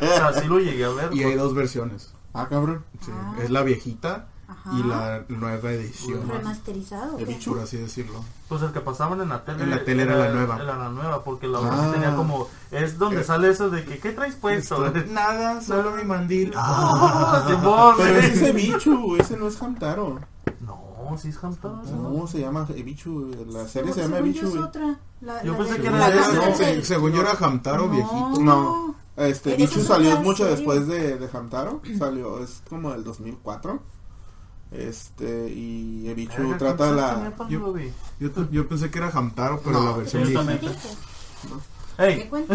S3: sea, sí lo llegué a ver.
S2: Y hay dos versiones.
S1: Ah, cabrón.
S2: Sí,
S4: Ah.
S2: Es la viejita
S4: Ajá.
S2: y la nueva edición,
S4: Remasterizado.
S1: El
S4: ¿qué?
S1: bicho.
S2: por así decirlo.
S3: Pues el que pasaban en la tele.
S2: En la tele era la nueva.
S3: Era la nueva, porque la otra sí
S1: Ah.
S3: tenía como. Es donde
S2: Eh.
S3: sale eso de que, ¿qué traes puesto?
S2: Nada, solo mi mandil.
S3: ¡Oh, ¿eh? Simón!
S1: Pero es
S3: güey.
S1: ese bicho, ese no es Hamtaro.
S3: No, sí es Hamtaro.
S2: Uh,
S1: No, se llama Ebichu. La serie
S4: Según-
S1: se llama
S4: según yo
S1: Ebichu.
S4: es
S1: güey.
S4: otra. La-
S3: Yo
S4: la
S3: pensé
S4: de-
S3: que era
S4: la casa
S3: esa,
S4: del-
S2: No, se- según yo era Hamtaro
S4: No.
S2: viejito.
S1: No. Este,
S4: Pero esa
S1: Ichu
S4: es
S1: salió
S4: otra
S1: mucho
S4: serie.
S1: después de, de Hamtaro. Salió, es como del 2004. Este, y Ebichu trata la.
S2: Yo- Yo, t- yo pensé que era Hamtaro, pero
S1: No,
S2: la versión
S3: yo
S2: viejita.
S3: también.
S4: ¿Te
S3: ¡Ey!
S4: cuento?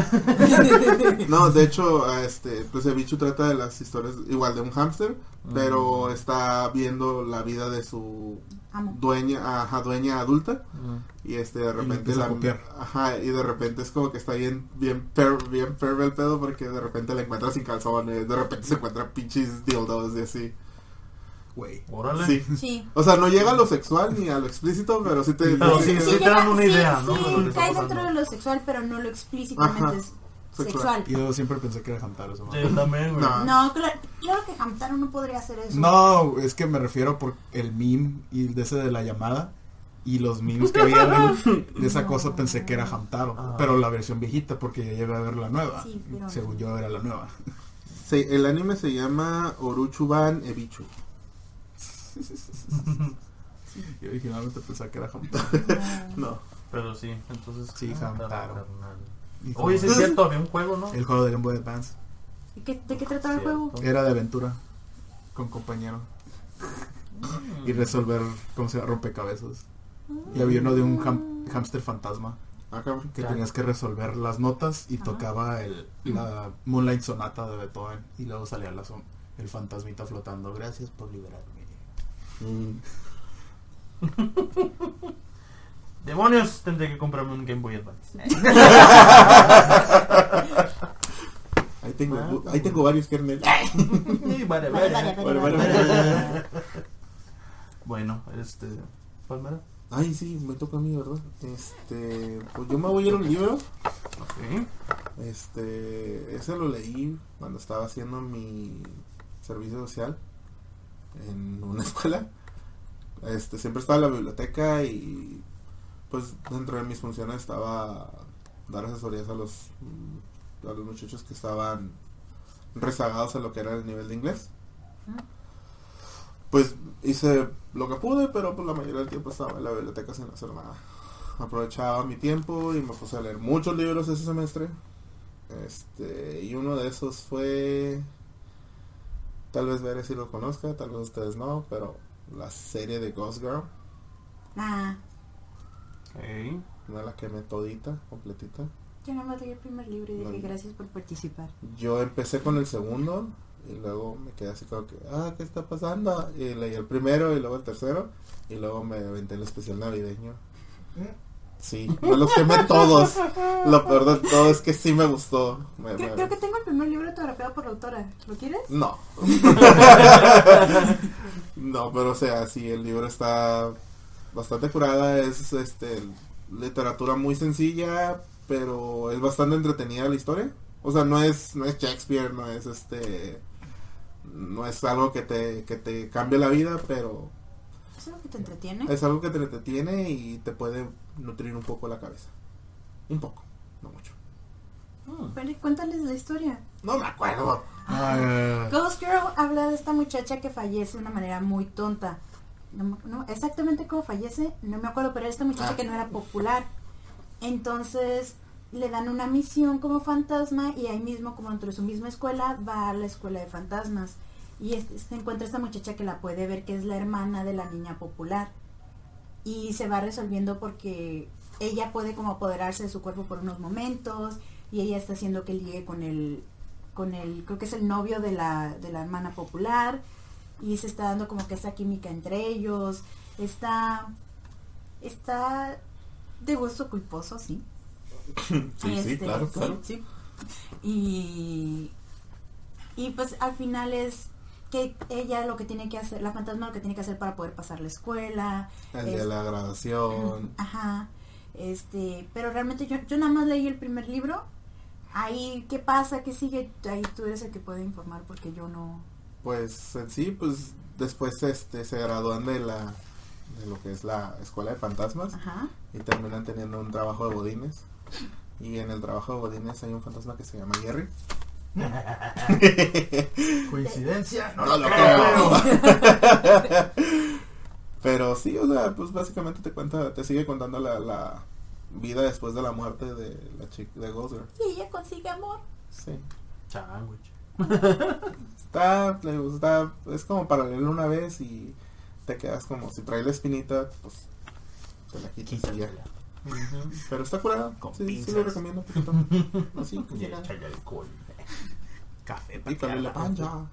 S1: No, de hecho, este, pues Ebichu trata de las historias igual de un hámster, pero está viendo la vida de su
S4: Amo.
S1: dueña, ajá, dueña adulta.
S3: mm,
S1: Y este, de repente
S2: empieza a
S1: la.
S2: copiar.
S1: Ajá, y de repente es como que está bien, bien, per- bien perve el pedo porque de repente la encuentra sin calzones, de repente se encuentra pinches dildos y así.
S2: Güey.
S3: Órale.
S1: Sí.
S4: Sí.
S1: O sea, no llega a lo sexual ni a lo explícito, pero sí te.
S3: Pero
S1: sí
S3: sí,
S1: te-
S3: sí. te dan una idea,
S4: sí,
S3: ¿no? de lo que está
S4: cae
S3: pasando.
S4: dentro de lo sexual, pero no lo explícitamente.
S1: Ajá.
S4: es- sexual.
S2: Yo siempre pensé que era Hamtaro esa madre.
S3: Yo también, güey.
S1: No.
S4: No, claro, claro que Hamtaro no podría hacer eso.
S2: No, es que me refiero por el meme y de ese de la llamada y los memes que había de, de esa
S4: No.
S2: cosa pensé que era Hamtaro,
S3: Ah.
S2: pero la versión viejita porque ya llegué a ver la nueva.
S4: Sí, pero-
S2: Según yo era la nueva.
S1: Sí, el anime se llama Oruchuban Ebichu.
S2: Yo originalmente pensaba que era Hamtaro.
S4: No.
S1: No.
S3: Pero sí, entonces.
S2: Sí,
S3: Hamtaro,
S2: Hamtaro.
S3: carnal.
S2: Y como
S3: Oye, sí es cierto, había un juego, ¿no?
S2: El juego de Game Boy Advance
S4: ¿Y qué- ¿De qué trataba el
S3: Cierto.
S4: juego?
S2: era de aventura con compañero
S4: Mm.
S2: y resolver cómo se llama rompecabezas. Y había uno de un ham- hamster fantasma
S1: Ah, cabrón.
S2: que
S3: Ya.
S2: tenías que resolver las notas y
S4: Ajá.
S2: tocaba el, la Moonlight Sonata de Beethoven y luego salía la son- el fantasmita flotando. Gracias por liberarme.
S1: Mm.
S3: Demonios, tendré que comprarme un Game Boy Advance.
S1: Ahí tengo,
S3: Ah,
S1: ahí tengo varios kernel.
S3: Sí, vale, vale.
S4: Ah. Vale,
S1: Vale, vale,
S4: vale, vale,
S1: vale.
S4: vale.
S3: Bueno, este. Palmera.
S1: Ay, sí, me toca a mí, ¿verdad? Este, pues yo me voy a ir a un libro.
S3: Ok.
S1: Este, ese lo leí cuando estaba haciendo mi servicio social en una escuela. Este, siempre estaba en la biblioteca y pues dentro de mis funciones estaba dar asesorías a los mm, a los muchachos que estaban rezagados a lo que era el nivel de inglés.
S4: Ujú.
S1: Pues hice lo que pude, pero pues, la mayoría del tiempo estaba en la biblioteca sin hacer nada. Aprovechaba mi tiempo y me puse a leer muchos libros ese semestre. Este, y uno de esos fue. Tal vez veré si lo conozca, tal vez ustedes no, pero la serie de Ghost Girl,
S4: Nah,
S3: Ok.
S1: no la quemé todita, completita.
S4: yo no me leí el primer libro y dije
S1: Vale.
S4: gracias por participar.
S1: Yo empecé con el segundo y luego me quedé así como que, ah, ¿qué está pasando? Y leí el primero y luego el tercero y luego me aventé el especial navideño. Sí, me los quemé todos. Lo peor de todo es que sí me gustó. Me-
S4: Creo,
S1: me-
S4: creo que tengo el primer libro autografiado por la autora. ¿Lo quieres?
S1: No. no, pero o sea, sí, el libro está bastante curada. Es este literatura muy sencilla, pero es bastante entretenida la historia. O sea, no es, no es Shakespeare, no es este. No es algo que te, que te cambie la vida, pero
S4: ¿Es algo que te entretiene?
S1: es algo que te entretiene y te puede nutrir un poco la cabeza. Un poco, no mucho.
S3: Hmm.
S4: Vale, cuéntales la historia.
S1: No me acuerdo.
S2: Ah,
S4: Ghost Girl habla de esta muchacha que fallece de una manera muy tonta. No, me- no, exactamente cómo fallece, no me acuerdo, pero era esta muchacha
S1: Ah.
S4: que no era popular. Entonces le dan una misión como fantasma y ahí mismo, como dentro de su misma escuela, va a la escuela de fantasmas. Y es- se encuentra esta muchacha que la puede ver, que es la hermana de la niña popular. Y se va resolviendo porque ella puede como apoderarse de su cuerpo por unos momentos y ella está haciendo que ligue con el, con el, creo que es el novio de la, de la hermana popular y se está dando como que esa química entre ellos, está, está de gusto culposo, sí. Este, sí, sí. Y, y pues al final es que ella lo que tiene que hacer, la fantasma lo que tiene que hacer para poder pasar la escuela,
S1: El de la grabación.
S4: Ajá. Este, pero realmente yo, yo nada más leí el primer libro. Ahí, ¿qué pasa? ¿Qué sigue? Ahí tú eres el que puede informar porque yo no.
S1: pues en sí, pues después este, se gradúan de la de lo que es la escuela de fantasmas
S4: Ajá.
S1: y terminan teniendo un trabajo de bodines. Y en el trabajo de bodines hay un fantasma que se llama Jerry.
S3: Mm.
S2: Coincidencia, no
S1: No
S2: lo
S1: lo
S2: creo.
S1: creo. Pero sí, o sea, pues básicamente te cuenta, te sigue contando la, la vida después de la muerte de la chica de Ghost Girl.
S4: Y ella consigue amor.
S1: Sí.
S3: Changuich.
S1: Está, le digo, está, es como para leerlo una vez y te quedas como, si traes la espinita, pues te la quitas y ya.
S3: Ujú.
S1: Pero está curada.
S2: Con
S1: sí, sí
S2: pinzas.
S1: lo recomiendo. poquito. Así,
S3: Y
S1: ya.
S3: échale alcohol.
S2: Café
S1: Pícale la
S2: pancha.
S1: pancha.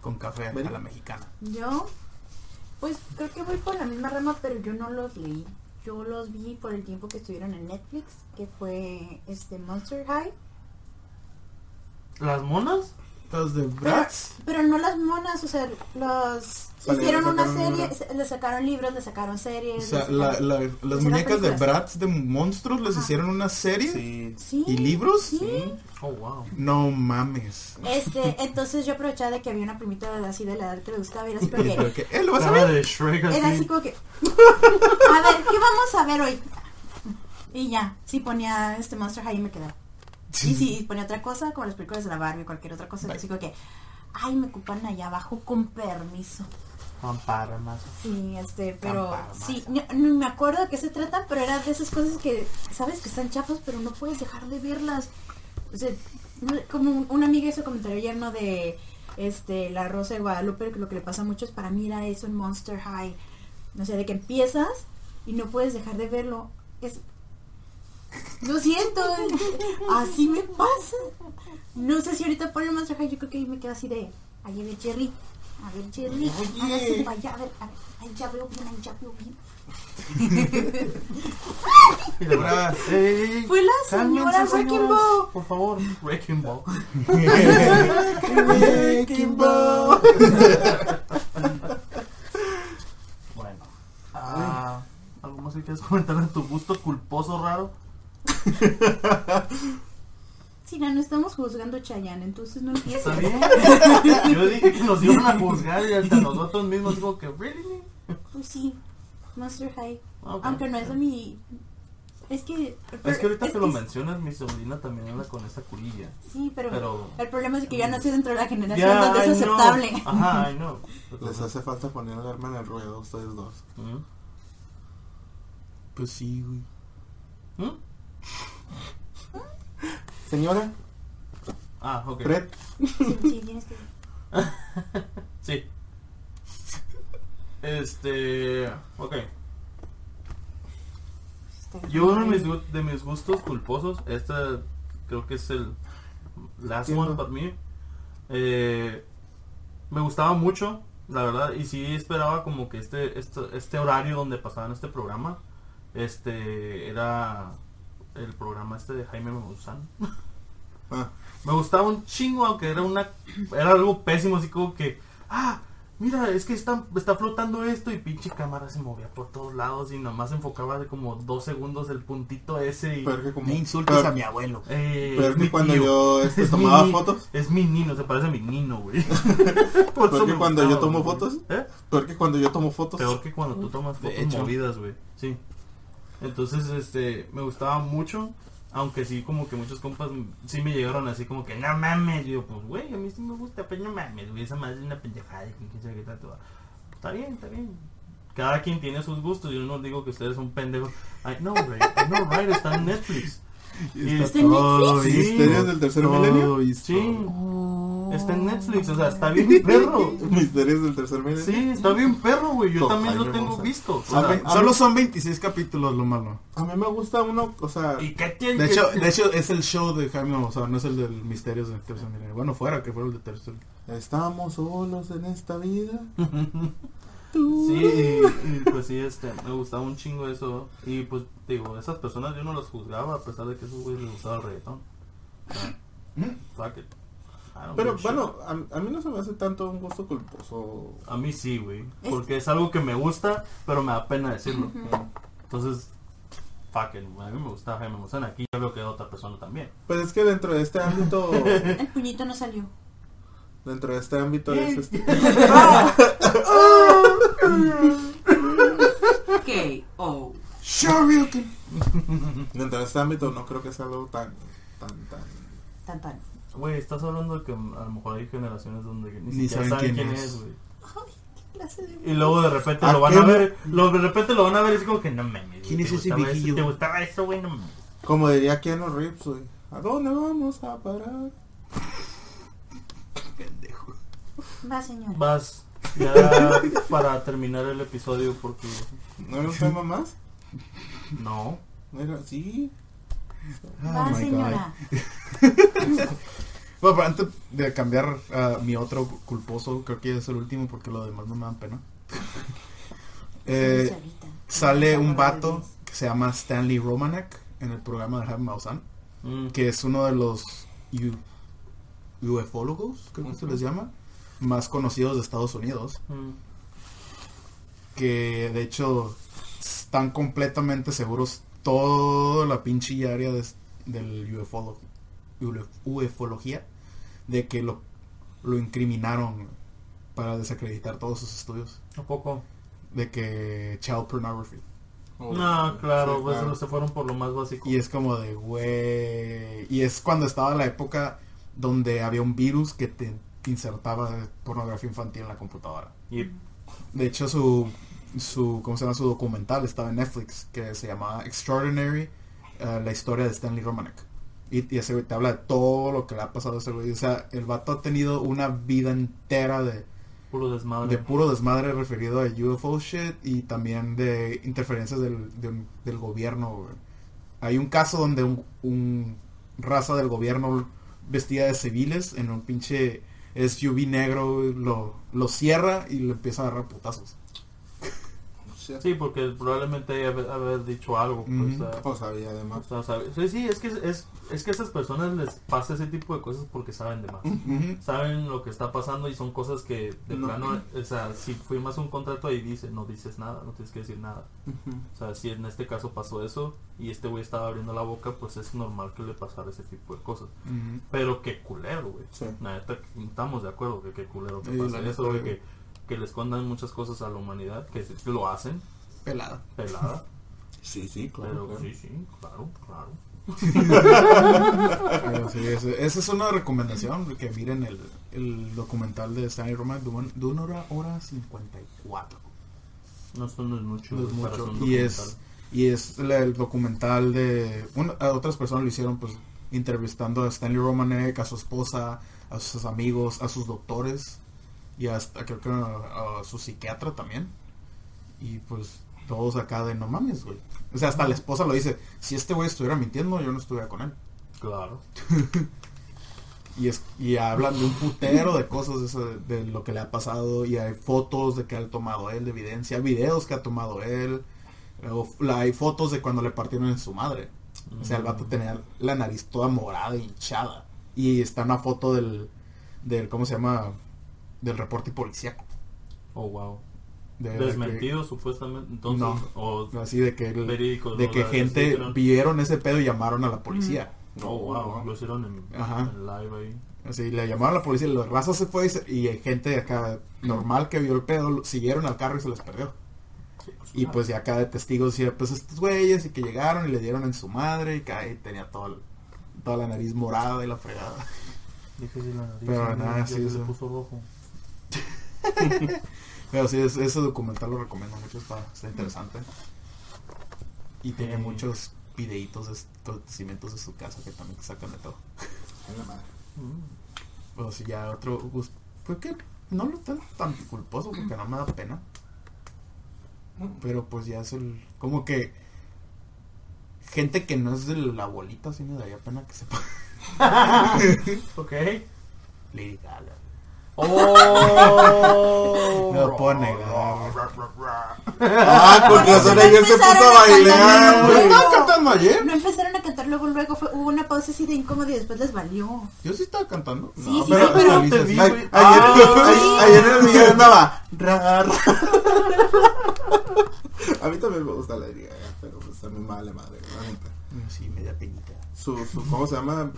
S2: Con café a
S1: Ven.
S2: la mexicana.
S4: Yo, pues creo que voy por la misma rama, pero yo no los leí. Yo los vi por el tiempo que estuvieron en Netflix, que fue este Monster High.
S3: ¿Las monas?
S2: Las de Bratz.
S4: Pero no las monas, o sea, los...
S1: Vale,
S4: hicieron
S1: le
S4: una
S1: sacaron
S4: serie,
S1: libros.
S4: se- le sacaron libros, le sacaron series.
S2: O sea,
S4: le
S2: la-
S4: sacaron-
S2: la- las
S4: las
S2: muñecas de
S4: películas.
S2: Bratz de monstruos les
S4: Ajá.
S2: hicieron una serie
S1: Sí.
S4: Sí.
S2: y libros.
S4: Sí.
S3: Oh, wow.
S2: No mames.
S4: Este, entonces yo aprovechaba de que había una primita de- así de la edad que le gustaba y era así como
S2: Y creo
S4: que...
S2: que, ¿eh, ¿Lo vas a
S3: Cara
S2: ver?
S3: de Shrek
S4: Era así
S3: así.
S4: como que... A ver, ¿qué vamos a ver hoy? Y ya, si ponía este Monster High y me quedaba. Y si ponía otra cosa, como las películas de la Barbie, cualquier otra cosa,
S2: Bye.
S4: así como que... Ay, me ocupan allá abajo con permiso.
S3: Amparo, Ah, más.
S4: Sí, este, pero
S2: Campar,
S4: sí, no, no me acuerdo de qué se trata, pero era de esas cosas que sabes que están chafas, pero no puedes dejar de verlas. O sea, no- como un- una amiga hizo comentario ayer, ¿no? De este, la Rosa de Guadalupe, que lo que le pasa a muchos para mí era eso en Monster High. No sé, de que empiezas y no puedes dejar de verlo. Es, lo siento, así me pasa. No sé si ahorita ponen Monster High, yo creo que ahí me quedo así de, ahí ve Jerry, a ver Jerry, hágase para allá, a ver, a ver, ahí ya veo bien, ahí ya veo bien.
S3: Y de verdad. Ey, ey, ey.
S4: Fue la
S3: Cálmense,
S4: señora
S3: señoras,
S4: Wrecking Ball.
S3: Por favor, Wrecking Ball.
S2: Wrecking Ball.
S3: Bueno. Ah, ¿Algo más que quieras comentar de tu gusto culposo raro?
S4: Si no, no estamos juzgando Chayanne, entonces no empieza.
S3: Está bien. Yo dije que nos iban a juzgar y hasta nosotros mismos digo que, ¿really?
S4: Pues sí, Monster High,
S3: Ah, ok.
S4: aunque no es de mi... Es que...
S3: Es que ahorita que lo
S4: es-
S3: mencionas, mi sobrina también anda con esa curilla.
S4: Sí, pero,
S3: Pero- Mm.
S4: el problema es que ya nací dentro de la
S3: Ya, Ah.
S4: generación donde es
S3: I know.
S4: aceptable.
S3: Ajá, I know.
S1: Les hace falta poner el arma en el ruedo ustedes dos.
S3: ¿Mm?
S2: Pues sí, güey.
S3: ¿Mm?
S1: Señora,
S3: Ah, ok.
S1: Fred,
S4: Sí, sí, tienes que...
S3: Sí. Este. Ok.
S4: Este,
S3: Yo uno de mis, gu- de mis gustos culposos, esta creo que es el last one
S1: Entiendo.
S3: para mí. Eh, me gustaba mucho, la verdad, y sí esperaba como que este, este, este horario donde pasaban este programa, este era el programa este de Jaime Maussan.
S1: Ah.
S3: Me gustaba un chingo, aunque era una era algo pésimo, así como que, ah, mira, es que está, está flotando esto y pinche cámara se movía por todos lados y nomás enfocaba de como dos segundos el puntito ese y...
S1: peor que como.
S2: No insultes
S1: peor-
S2: a mi abuelo.
S3: eh,
S1: Peor
S3: es
S1: que
S3: mi
S1: cuando
S3: tío.
S1: yo este,
S3: Es
S1: tomaba
S3: mi-
S1: fotos.
S3: Es mi nino, se parece a mi nino, güey. Por
S1: Peor que
S3: me
S1: cuando yo
S3: gustaba,
S1: tomo
S3: güey.
S1: fotos.
S3: ¿Eh?
S1: Peor que cuando yo tomo fotos.
S3: Peor que cuando tú tomas
S2: De
S3: fotos
S2: hecho.
S3: movidas, güey. Sí. Entonces, este, me gustaba mucho. Aunque sí, como que muchos compas m- sí me llegaron así como que, no mames. Yo, pues, güey, a mí sí me gusta, pero no mames, güey. Esa madre es una pendejada. y que quién sabe qué tanto. Está bien, está bien. Cada quien tiene sus gustos. Yo no digo que ustedes son pendejos. I know, güey. I know, right. Está en Netflix. Y
S4: ¿Está en
S2: todo
S1: Netflix?
S2: visto.
S1: ¿Misterios del tercer
S2: Todo
S1: milenio?
S2: visto.
S3: Sí.
S1: Oh.
S3: Está en Netflix, o sea, está bien perro.
S1: Misterios del tercer milenio.
S3: Sí, está bien perro, güey. Yo
S1: Con
S3: también lo
S1: Jaime
S3: tengo
S1: Maussan.
S3: visto. o sea,
S1: Ah,
S2: Son ve- Solo son 26 capítulos, lo malo.
S1: A mí me gusta uno, o sea,
S3: ¿Y qué tiene?
S2: De
S3: que-
S2: hecho, de hecho, es el show de Jaime Maussan, no es el del Misterios del Tercer Milenio. Bueno, fuera que fuera el de Tercer.
S1: estamos solos en esta vida.
S3: Sí, y, y, pues sí, este, me gustaba un chingo eso. Y pues, digo, esas personas yo no las juzgaba a pesar de que a esos güeyes les gustaba el reggaetón. O sea, fuck it. I don't
S1: Pero
S3: give a
S1: bueno, a, a mí no se me hace tanto un gusto culposo.
S3: shit. A mí sí, güey. Porque es algo que me gusta, pero me da pena decirlo. Entonces, fuck it. A mí me gusta Jaime Maussan. Aquí yo veo que otra persona también.
S1: Pues es que dentro de este ámbito,
S4: El puñito no salió.
S1: dentro de este ámbito es este-
S5: K.O.
S1: dentro de este ámbito no creo que sea algo tan, tan, tan.
S4: Tan tan.
S3: Güey, estás hablando de que a lo mejor hay generaciones donde ni,
S2: Ni
S3: siquiera
S2: saben
S3: saben
S2: quién
S3: quién
S2: es.
S3: es, güey.
S4: Ay, qué clase de...
S3: Y luego de repente
S2: ¿A
S3: lo van
S2: qué
S3: a ver, lo, de repente lo van a ver y es como que no mames. güey,
S2: ¿Quién
S3: te
S2: es ese
S3: gustaba eso,
S2: viejillo?
S3: ¿Te gustaba eso, güey? No mames.
S1: Como diría Keanu Reeves, güey. ¿A dónde vamos a parar?
S4: Va, señor.
S3: Vas ya para terminar el episodio porque
S1: ¿No era un tema más?
S3: no.
S1: ¿No era- Sí.
S3: Oh
S4: Va, Ah, señora.
S2: Oh Bueno, pero antes de cambiar a mi otro culposo, creo que es el último porque lo demás no me dan pena. eh,
S4: Señorita.
S2: sale un
S4: Señora
S2: vato
S4: Rodríguez.
S2: que se llama Stanley Romanek en el programa de Jaime Maussan,
S3: Mm,
S2: que es uno de los you- ufólogos, creo que se les llama, más conocidos de Estados Unidos,
S3: Mm.
S2: que de hecho están completamente seguros toda la pinche área de- del ufolo- ule- ufología de que lo, lo incriminaron para desacreditar todos sus estudios
S3: ¿A poco?
S2: de que child pornography.
S3: No, claro,
S1: Sí,
S3: pues
S1: claro.
S3: se fueron por lo más básico.
S2: Y es como de, güey. Y es cuando estaba la época donde había un virus que te insertaba pornografía infantil en la computadora.
S3: Y-
S2: De hecho, su, su, ¿cómo se llama? Su documental estaba en Netflix, que se llamaba Extraordinary, eh, la historia de Stanley Romanek. Y, y ese güey te habla de todo lo que le ha pasado a ese güey. O sea, el vato ha tenido una vida entera de,
S3: Puro desmadre.
S2: de puro desmadre referido a UFO shit y también de interferencias del, de un- del gobierno. güey. Hay un caso donde un, un raza del gobierno vestida de civiles en un pinche SUV negro güey, lo, lo cierra y le empieza a agarrar putazos.
S3: Sí, porque probablemente haya haber, haber dicho algo. Pues,
S2: Ujú.
S3: ah,
S1: Pues había
S3: o
S1: además.
S3: sea, sabe- sí, sí, es que, es, es que a esas personas les pasa ese tipo de cosas porque saben de más. Saben lo que está pasando y son cosas que de
S1: No.
S3: plano, o sea, si firmas un contrato ahí dice, no dices nada, no tienes que decir nada. O sea, si en este caso pasó eso y este güey estaba abriendo la boca, pues es normal que le pasara ese tipo de cosas.
S2: Ujú.
S3: Pero qué culero, güey.
S1: Sí.
S3: La neta, estamos de acuerdo que qué culero que
S2: Sí,
S3: pase
S2: la neta,
S3: eso, güey,
S2: güey.
S3: que, que le escondan muchas cosas a la humanidad, que sí lo hacen,
S2: Pelada.
S3: pelada.
S1: Sí, sí,
S3: pero
S1: claro. claro.
S3: sí, sí, claro, claro.
S2: Pero sí, ese- esa es una recomendación, que miren el, el documental de Stanley Romanek de, un- de una hora, hora 54.
S3: No, esto no es mucho.
S2: No es
S3: güey, para
S2: mucho.
S3: hacer un
S2: Y es,
S3: documental.
S2: y es la- el documental de... bueno, a otras personas lo hicieron pues entrevistando a Stanley Romanek, a su esposa, a sus amigos, a sus doctores y hasta creo que a, a su psiquiatra también. Y pues todos acá de no mames, güey. O sea, hasta la esposa lo dice, si este güey estuviera mintiendo, yo no estuviera con él.
S3: Claro.
S2: Y, es, y hablan de un putero de cosas de, eso- de lo que le ha pasado. Y hay fotos de que ha tomado él, de evidencia, videos que ha tomado él. Luego, la- hay fotos de cuando le partieron en su madre. O sea, el
S3: Mm.
S2: vato tenía la nariz toda morada, hinchada. Y está una foto del, del ¿cómo se llama? Del reporte policíaco.
S3: Oh, wow.
S2: De- de que-
S3: Desmentido, supuestamente. Entonces,
S2: No.
S3: o
S2: así de que, el-
S3: verídico.
S2: de
S3: ¿no?
S2: que
S3: La-
S2: gente
S3: hicieron-
S2: vieron ese pedo y llamaron a la policía.
S3: Oh, wow. Lo
S1: Los-
S3: hicieron en,
S2: Ajá.
S3: en live ahí.
S2: Así, le llamaron a la policía, la raza se fue y, se- y hay gente de acá normal que vio el pedo, lo- siguieron al carro y se les perdió. Y pues ya acá de testigos decía, pues estos güeyes y que llegaron y le dieron en su madre y que ahí tenía todo el- toda la nariz morada y la fregada.
S3: Dije si la nariz.
S2: Pero
S3: ya
S2: nada,
S3: me- ya
S2: sí,
S3: se
S2: eso.
S3: le puso rojo.
S2: Pero sí, es- ese documental lo recomiendo mucho, está, está interesante. Y tiene
S3: Sí.
S2: muchos videitos de acontecimientos de su casa que también sacan de todo.
S1: en la madre.
S3: Mm.
S2: Pero sí, ya otro... gus- Pues que no lo tan tan culposo porque no me da pena. Pero pues ya es el. Como que. Gente que no es de la bolita, sí me daría pena que sepa.
S3: Ok.
S2: Lady Gaga.
S3: ¡Oh!
S2: No lo puedo negar.
S1: Ah, con razón ayer se puso a bailar.
S2: ¿No
S1: güey.
S2: estaba cantando ayer?
S4: No empezaron a cantar luego, luego fue, hubo una pausa así de incómoda y después les valió.
S2: Yo sí estaba cantando.
S4: Sí, sí,
S2: pero
S4: sí, pero-
S2: actualiza,
S3: Te vi,
S2: sí.
S1: Ay,
S3: güey.
S1: Ayer, ayer en el video andaba.
S2: Ra, ra.
S1: A mí también me gusta la herida, pero pues también me vale madre, la neta.
S2: Sí, media penita.
S1: su, su ¿cómo se llama?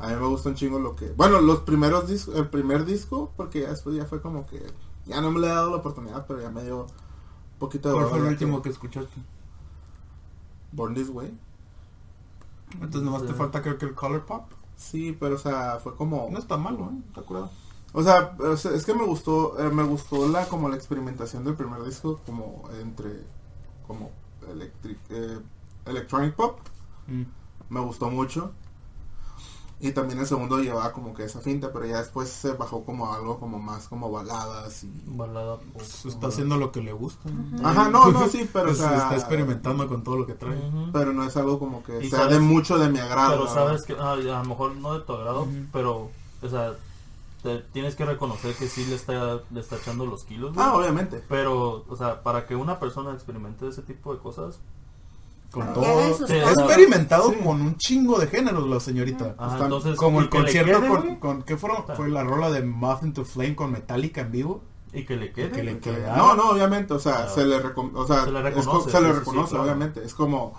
S1: A mí me gusta un chingo lo que... Bueno, los primeros discos, el primer disco, porque ya después ya fue como que... Ya no me le he dado la oportunidad, pero ya me dio un poquito de...
S2: ¿Cuál
S1: hueva
S2: fue el
S1: ya
S2: último
S1: que-
S2: que escuchaste?
S1: Born This Way.
S2: Entonces nomás te
S3: Sí.
S2: falta creo que el Color Pop.
S1: Sí, pero o sea, fue como...
S2: No está malo, ¿eh? Está curado.
S1: O sea, o sea, es que me gustó, eh, me gustó la como la experimentación del primer disco, como entre... Como electric, eh, electronic pop.
S2: Mm.
S1: me gustó mucho. Y también el segundo llevaba como que esa finta, pero ya después se bajó como a algo como más como baladas y...
S3: Balada pop.
S2: Pues, está haciendo lo que le gusta. ¿no?
S1: Ajá, no, no, sí, pero o
S2: Pues,
S1: sea,
S2: está experimentando con todo lo que trae.
S3: Ujú.
S1: Pero no es algo como que
S3: Y
S1: sea
S3: sabes-
S1: de mucho de mi agrado.
S3: Pero
S1: la verdad.
S3: sabes que ah, a lo mejor no de tu agrado,
S2: Ujú.
S3: pero, o sea, te- tienes que reconocer que sí le está, le está echando los kilos. güey.
S1: Ah, obviamente.
S3: Pero, o sea, para que una persona experimente ese tipo de cosas,
S2: Con
S4: Para que hagan
S2: todo.
S4: sus
S2: Ha
S3: cosas.
S2: experimentado
S1: Sí.
S2: con un chingo de géneros la señorita.
S3: Ajá,
S1: Están
S3: entonces,
S2: Como
S3: y
S2: el
S3: que le
S2: concierto
S3: quede,
S2: con,
S3: güey,
S2: con ¿qué fueron? Fue la rola de Muffin to Flame con Metallica en vivo.
S3: Y que le
S2: que le-
S3: quede.
S1: Que-
S2: Claro.
S1: No, no, obviamente, o sea,
S3: Claro.
S1: se le, recon- o sea,
S3: Se le
S1: es
S3: reconoce,
S1: co- se le
S3: sí, sí,
S1: reconoce,
S3: claro.
S1: obviamente. Es como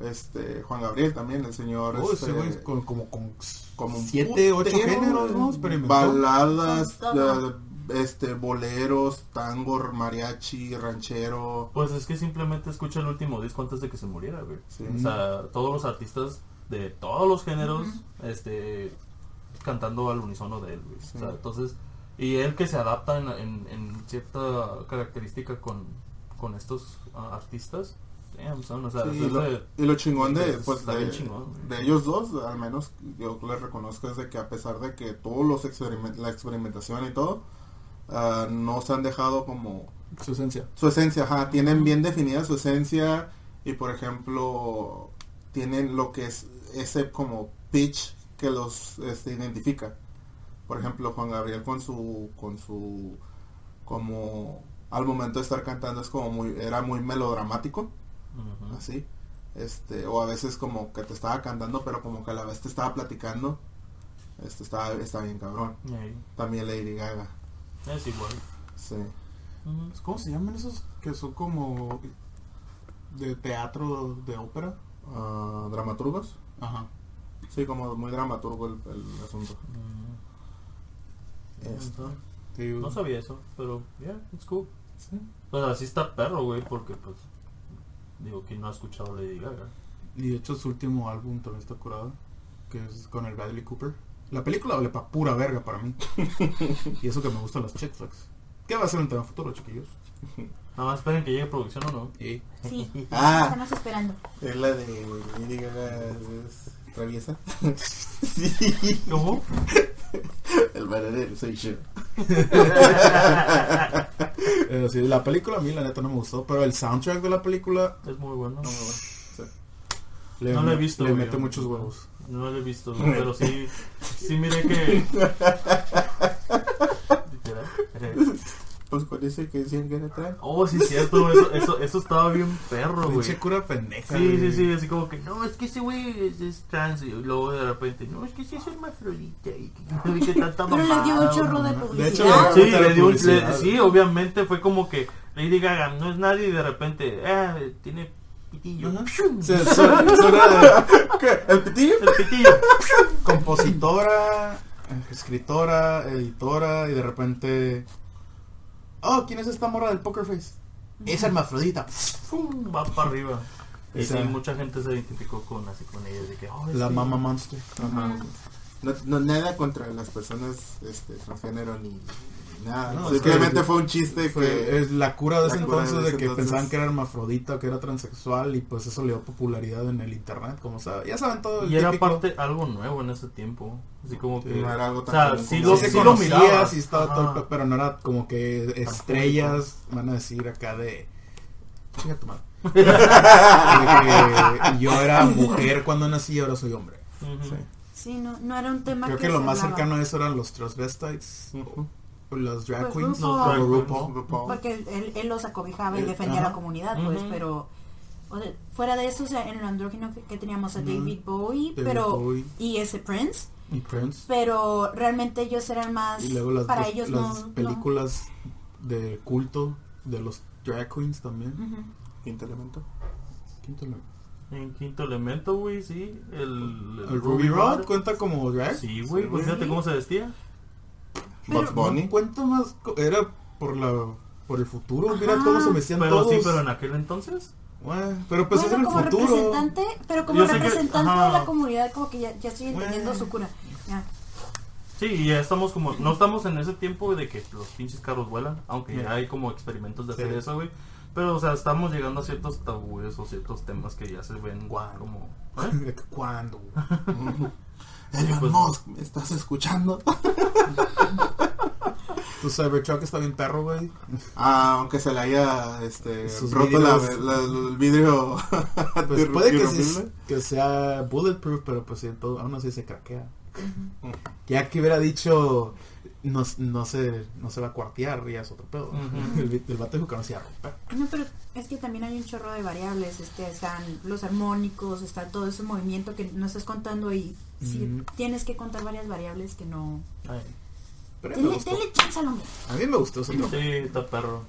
S1: este Juan Gabriel también, el señor
S2: Oh, ese
S1: este,
S2: güey con- como con
S1: como un
S2: siete, ocho
S1: putero,
S2: géneros, ¿no?
S1: güey.
S2: Experimentó.
S1: Baladas,
S4: Con todo.
S1: la- este boleros, tango, mariachi, ranchero.
S3: Pues es que simplemente escucha el último disco antes de que se muriera, güey.
S1: Sí.
S3: O sea, todos los artistas de todos los géneros, este, cantando al unísono de él, güey. O sea,
S1: Sí.
S3: entonces, y él que se adapta en, en- en cierta característica con, con estos ah, artistas, damn, son, o sea,
S1: Sí,
S3: es
S1: y, lo,
S3: de-
S1: y lo chingón de,
S3: Está
S1: pues, de,
S3: bien chingón, güey.
S1: de ellos dos, al menos yo les reconozco, es de que a pesar de que todos los experiment- la experimentación y todo, ah, no se han dejado como
S2: Su esencia.
S1: su esencia, ajá, tienen bien definida su esencia y por ejemplo tienen lo que es ese como pitch que los este, identifica. Por ejemplo, Juan Gabriel con su con su como al momento de estar cantando es como muy era muy melodramático,
S3: Ujú.
S1: así. Este, o a veces como que te estaba cantando, pero como que a la vez te estaba platicando. Este está está bien cabrón.
S3: Ey,
S1: También Lady Gaga.
S3: es igual.
S1: Sí.
S3: Ujú.
S2: Pues, ¿Cómo se llaman esos que son como de teatro, de ópera?
S1: Ah, dramaturgos.
S2: Ajá.
S1: Sí, como muy dramaturgo el, el asunto.
S3: Mm.
S1: Este,
S2: Te digo,
S3: No sabía eso, pero yeah, it's cool.
S1: sí.
S3: Pues así está perro, güey, porque pues digo que no ha escuchado Lady Gaga.
S2: Y de hecho su último álbum también está curado, que es con el Bradley Cooper. La película vale pa' pura verga para mí. y eso que me gustan las chick flicks. ¿Qué va a ser un tema futuro, chiquillos?
S3: Nada más esperen que llegue producción o no.
S2: Y
S4: Sí,
S1: Ah,
S4: estamos esperando.
S1: es la de Lady Gaga es traviesa.
S3: ¿Cómo?
S1: El verdadero soy yo.
S2: Eh, sí, la película a mí la neta no me gustó, pero el soundtrack de la película
S3: Es muy bueno.
S1: No, sí.
S2: le,
S3: No la he visto,
S2: le
S3: güey.
S2: mete muchos huevos.
S3: No lo he visto, güey, pero sí, sí miré que... Literal.
S1: Pues con ese que decían que era trans.
S3: Oh, sí es cierto, güey, eso, eso, eso estaba bien perro, güey.
S2: Pinche cura pendeja.
S3: Sí, sí,
S2: güey.
S3: sí, así como que, no, es que ese güey es, es trans, y luego de repente, no, es que sí es hermafrodita, y que no vi que tanta
S4: Pero les dio un
S3: mamada,
S4: chorro de
S2: De
S4: publicidad.
S2: hecho,
S3: Sí,
S2: Otra
S3: le dio un- le-
S2: Ah, publicidad.
S3: sí, obviamente fue como que Lady Gaga no es nadie y de repente, ah, tiene pitillo.
S2: Ajá.
S3: ¡Pium!
S2: Se- su- suena de
S1: ¿El pitillo?
S3: El pitillo.
S2: compositora, eh, escritora, editora, y de repente. Oh, ¿quién es esta morra del Poker Face? Es hermafrodita.
S3: ¡Pum! Va para arriba. Y
S2: Esa-
S3: sí, mucha gente se identificó con así con ella de que, oh, es
S2: La
S3: que-
S2: Mama Monster.
S1: Ajá. No, no, nada contra las personas este, transgénero ni, ni nada.
S2: No, es
S1: Simplemente
S2: que-
S1: fue un chiste
S2: Fue-
S1: que.
S2: es la cura de ese
S1: la cura de
S2: entonces de
S1: ese
S2: que
S1: entonces.
S2: pensaban que era hermafrodita, que era transexual y pues eso le dio popularidad en el internet, como saben. Ya saben todo el
S3: Y era
S2: típico-
S3: parte algo nuevo en ese tiempo. Así como que.
S1: no era algo tan
S3: o sea,
S1: común
S3: sí
S2: Sí,
S1: como-
S3: lo-
S2: se
S3: sí lo
S2: conocía,
S3: mirabas.
S2: sí estaba todo el
S3: Ajá.
S2: pe- pero no era como que estrellas van a decir acá de chinga tu madre. De que yo era mujer cuando nací y ahora soy hombre.
S3: Ujú.
S1: Sí.
S4: Sí, no, no era un tema
S2: Creo
S4: se
S2: que lo más
S4: hablaba.
S2: cercano a eso eran los transvestites,
S1: Ujú.
S2: o las drag
S4: Pues
S2: queens,
S4: RuPaul.
S2: como
S3: Drag queens,
S2: RuPaul.
S1: RuPaul.
S4: Porque él, él, él los acobijaba y
S2: Él,
S4: defendía
S2: Eh, ajá.
S4: a la comunidad, pues,
S3: Ujú.
S4: pero o sea, fuera de eso, o sea, en lo andrógino que, que teníamos a
S2: Ujú.
S4: David Bowie,
S2: David
S4: pero
S2: Bowie.
S4: y ese Prince,
S2: y Prince.
S4: pero realmente ellos eran más
S2: Y luego las,
S4: para
S2: dos-
S4: ellos
S2: las
S4: no- no,
S2: películas de culto de los drag queens también.
S4: Ujú.
S1: Quinto elemento.
S2: Quinto, la-
S3: En quinto elemento, güey, sí. El, el
S2: ¿El Ruby Rod cuenta como drag?
S3: Sí, güey, pues
S1: Sí.
S3: fíjate cómo se vestía.
S4: Pero-
S1: Bugs
S2: Bonnie.
S1: Bunny.
S2: cuento más co- era por la por el futuro, mira
S4: Ajá.
S2: cómo se vestían
S3: Pero
S2: todos.
S3: sí, pero en aquel entonces.
S2: Bueno, pero pues
S4: Bueno,
S2: es en
S4: como
S2: el futuro.
S4: representante, pero como
S3: Yo sé que-
S4: representante
S3: ajá.
S4: de la comunidad, como que ya, ya estoy entendiendo
S2: Bueno.
S4: su cura. Ya.
S3: Sí, y ya estamos como, no estamos en ese tiempo de que los pinches carros vuelan, aunque ya hay como experimentos de hacer
S2: Sí.
S3: eso, güey. Pero, o sea, estamos llegando a ciertos tabúes o ciertos temas que ya se ven
S2: Guau.
S3: como... ¿eh?
S2: De que, ¿Cuándo?
S1: Elon
S3: pues-
S1: Musk, ¿me estás escuchando?
S2: Tu Cybertruck está bien perro, güey.
S1: Ah, aunque se le haya este,
S2: Sus
S1: roto la,
S2: vidrios.
S1: la- el vidrio. Ah,
S2: Pues puede que, sí-
S1: irrompible.
S2: que sea bulletproof, pero pues sí, todo, aún así se craquea. Ya que hubiera dicho no, no, se, no se va a cuartear y ya es otro pedo.
S3: Ujú.
S2: El, el vato dijo que no se iba a romper.
S4: No, pero es que también hay un chorro de variables. Este, están los armónicos, está todo ese movimiento que no estás contando y sí,
S2: Mm.
S4: tienes que contar varias variables que no.
S2: Ay, Pero me
S4: Tenle,
S2: gustó.
S4: tenle chance al hombre.
S2: A mí me gustó ese
S3: Sí,
S2: trompeta.
S3: está perro.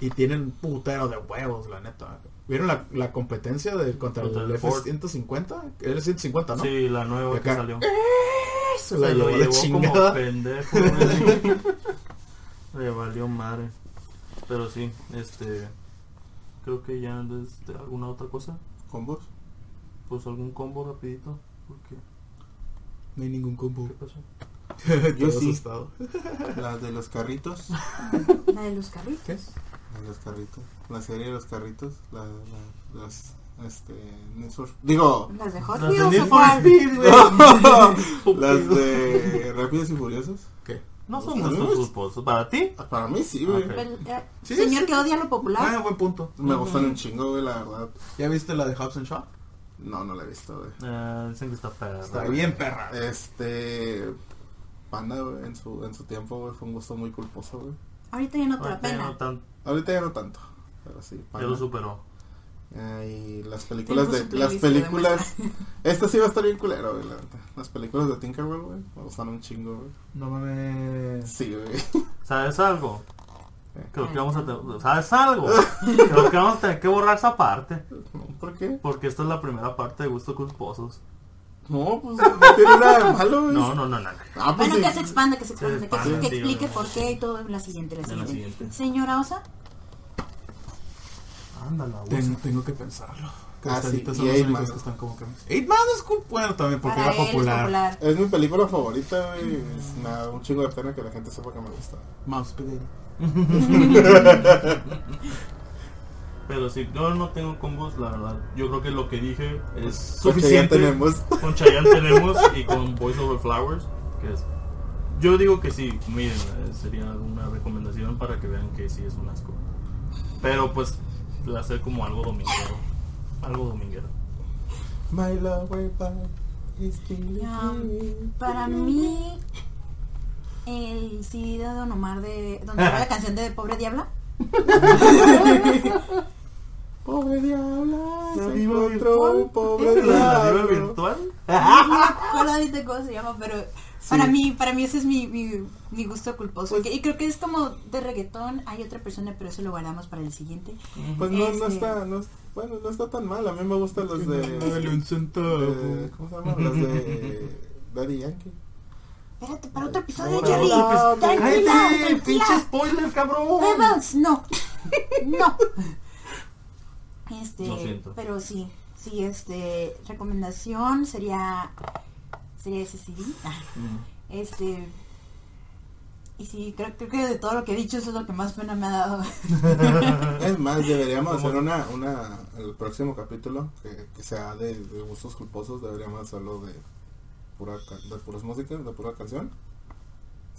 S2: Y tienen un putero de huevos, la neta. ¿Vieron la, la competencia de, contra
S3: Contra
S2: el
S3: el Ford.
S2: F-150? El F-150, ¿no?
S3: Sí, la nueva que
S2: Acá.
S3: salió.
S2: Se la
S3: Se
S2: llevó
S3: lo
S2: la
S3: llevó como
S2: chingada.
S3: pendejo. güey. Le valió madre. Pero sí, este. Creo que ya este, alguna otra cosa.
S1: ¿Combos?
S3: Pues algún combo rapidito. Porque,
S2: No hay ningún combo.
S3: ¿Qué pasó?
S2: Yo
S1: sí.
S2: asustado.
S1: La de los carritos.
S4: La de los carritos.
S2: ¿Qué es?
S1: La de los carritos. La serie de los carritos. La, la, las, este, Need for- Digo,
S4: Las de Hot
S3: Las de
S4: Wheels.
S3: Need
S4: ¿o
S3: for
S4: cuál?
S3: Speed, güey.
S1: las de Rápidos y Furiosos.
S2: ¿Qué?
S3: No son
S1: Las
S3: gustos
S1: nuevas.
S3: culposos. Para ti,
S1: Para mí sí, güey.
S3: Ok.
S4: El, eh,
S2: Sí,
S4: señor
S2: sí.
S4: que odia lo
S2: Ah,
S4: popular.
S2: buen punto.
S1: Me gustan un chingo, güey, la verdad.
S2: ¿Ya viste la de Hobbs and Shaw?
S1: No, no la he visto, güey.
S3: eh, dicen que está perro.
S2: Está bien, perra.
S3: Eh.
S1: Este. Panda, güey, en su, en su tiempo, güey, fue un gusto muy culposo, güey.
S4: Ahorita ya no te la
S3: Ahorita ya no
S4: pena.
S3: tan-
S1: Ahorita ya no tanto, pero sí,
S3: ya
S1: Panda.
S3: lo superó.
S1: Ah, y las películas
S4: Tenemos
S1: de.
S4: un
S1: Las
S4: playlist
S1: películas. Esta sí va a estar bien culero, güey, la neta. Las películas de Tinkerbell, güey, me gustan un chingo, güey.
S2: No mames.
S1: Sí, güey.
S3: ¿Sabes algo?
S1: Eh.
S3: Creo que vamos a tener... ¿Sabes algo? Creo que vamos a tener que borrar esa parte.
S1: ¿Por qué?
S3: Porque esta es la primera parte de Gusto Culposos.
S1: No, pues no tiene nada de malo, güey.
S3: No, no, no, no. no.
S1: Ah, pues
S4: Bueno,
S1: sí.
S4: que se expanda, que se expanda, que,
S3: expanda,
S4: que
S3: sí,
S4: explique
S3: bueno.
S4: por qué y todo en la siguiente, la
S3: En la
S4: siguiente.
S3: siguiente.
S4: Señora Osa,
S3: Ándala, güey.
S2: Tengo, tengo que pensarlo.
S1: Ah, sí,
S2: Cristalitos
S1: y
S2: son los
S1: Eight
S2: únicos
S1: Man.
S2: que están como que... Eight Man es cool. Bueno, también porque
S4: para
S2: era
S4: él es
S2: popular.
S4: popular.
S1: Es mi película favorita, güey. Es nada, un chingo de pena que la gente sepa que me gusta.
S2: Mouse Spaghetti.
S3: Pero sí, yo no tengo combos, la verdad. Yo creo que lo que dije es
S1: Porque ya
S3: suficiente.
S1: tenemos.
S3: Con Chayanne tenemos y con Voice Over Flowers. Que es... Yo digo que sí, miren, eh, sería una recomendación para que vean que sí es un asco. Pero pues, la hacer como algo dominguero. Algo dominguero.
S1: My love way back is still
S4: Um, Para mí, el CD de Don Omar de. Donde va la canción de Pobre Diabla.
S1: Pobre diabla,
S3: ¿La
S1: se
S3: diva
S1: encontró
S3: virtual?
S1: un pobre
S3: ¿La diva
S1: diablo.
S3: virtual?
S4: No me acuerdo ahorita cómo se llama, pero para mí, para mí ese es mi, mi, mi gusto culposo.
S1: Pues-
S4: Que- y creo que es como de reggaetón, hay otra persona, pero eso lo guardamos para el siguiente.
S1: Pues no, no
S4: Este.
S1: está, no, es- bueno, no está tan mal. A mí me gustan los de,
S2: Dale un centavo.
S1: de- ¿cómo se llama? Los de Daddy Yankee.
S4: Espérate, para otro episodio,
S1: No,
S4: Jerry.
S1: no,
S4: Pues,
S1: no,
S4: tranquila,
S3: ¡Cállate! ¡Pinche
S4: tranquila.
S3: spoiler, cabrón!
S4: Rebels, no. no. Este,
S3: Lo siento.
S4: pero sí, sí, este, recomendación sería, sería ese CD.
S3: Mm.
S4: Este. Y sí, creo, creo que de todo lo que he dicho, eso es lo que más pena me ha dado.
S1: Es más, deberíamos
S3: ¿Cómo?
S1: hacer una, una, el próximo capítulo que, que sea de, de gustos culposos, deberíamos hacerlo de pura, ca- de puras músicas, de pura canción.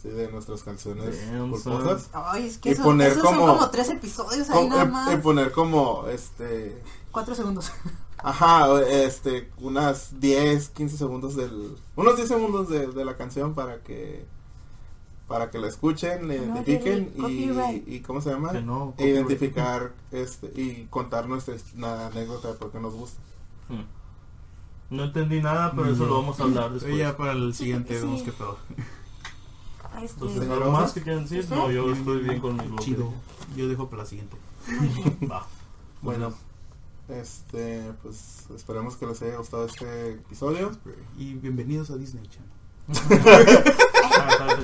S1: Sí, de nuestras canciones
S3: Damn,
S1: culposas.
S4: Ay, es que
S1: Y
S4: eso,
S1: poner
S4: esos
S1: como- eh,
S4: son como tres episodios Pues
S1: Con-
S4: ahí nada
S1: y-
S4: más.
S1: y poner como, este,
S4: Cuatro segundos.
S1: Ajá, este, unas 10, 15 segundos del... Unos 10 segundos de, de la canción para que... Para que la escuchen, le
S4: No,
S1: identifiquen
S4: Jerry, Ah, copyright.
S1: y, y... ¿Cómo se llama?
S3: Que no,
S1: E
S3: copyright.
S1: identificar este y contar nuestra his- una anécdota de por qué nos gusta.
S3: Mm. No entendí nada, pero eso lo vamos a hablar después.
S2: Y ya para el siguiente
S4: Sí.
S2: vemos qué pedo.
S1: pues,
S4: Este,
S3: Entonces,
S1: Señor
S3: ¿algo
S1: Omar?
S3: más que quieran decir? No, yo estoy bien con mi
S2: Chido. Yo dejo para la siguiente.
S3: Va.
S1: Bueno, este, pues esperemos que les haya gustado este episodio.
S2: Y bienvenidos a Disney Channel.
S3: Ah,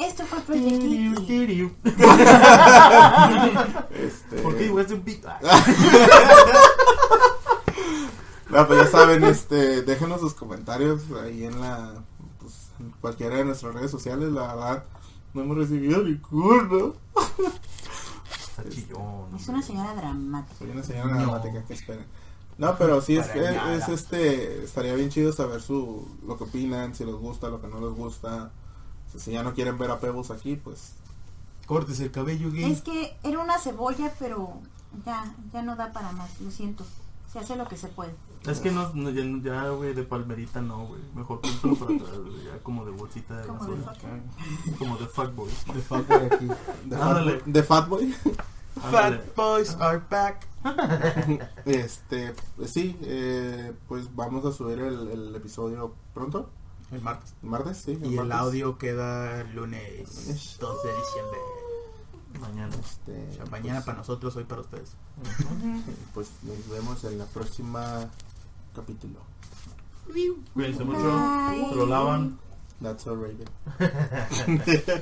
S4: esto fue Project Geek.
S1: Este,
S3: ¿Por qué digo es un pito? Ah,
S1: No, pues ya saben, este, déjenos sus comentarios ahí en la, pues, en cualquiera de nuestras redes sociales, la verdad, no hemos recibido ninguno.
S3: Está chillón.
S4: Es una señora dramática.
S1: Soy una señora
S2: No.
S1: dramática que esperen. No, pero sí, es,
S2: Para
S1: es,
S2: nada.
S1: es, este, estaría bien chido saber su, lo que opinan, si les gusta, lo que no les gusta. O sea, Si ya no quieren ver a Pebbles aquí, pues,
S2: Cortes el cabello, gay.
S4: Es que era una cebolla, pero ya, ya no da para más, lo siento. Se hace lo que se puede.
S3: Es que no, no, ya- ya, güey, de palmerita no, güey. Mejor púntalo para atrás, güey, ya como de bolsita de
S4: Como de
S3: basura.
S4: fucking-
S2: Ah,
S3: Como de fuckboy.
S2: The fuckboy aquí.
S1: De
S3: Ándale.
S1: Fat- de Fatboy.
S3: Ándale.
S2: Fat boys are back.
S1: Este, pues sí, eh, pues vamos a subir el, el episodio pronto,
S2: El martes.
S1: el martes, sí.
S2: Y el
S1: martes.
S2: audio queda el lunes 2 de diciembre.
S3: Mañana.
S1: Este,
S2: O sea, mañana
S1: pues,
S2: para nosotros, hoy para ustedes.
S1: Pues nos vemos en la próxima capítulo.
S3: Cuídense
S4: Bye.
S3: mucho. Se lo lavan.
S1: That's all, Raven.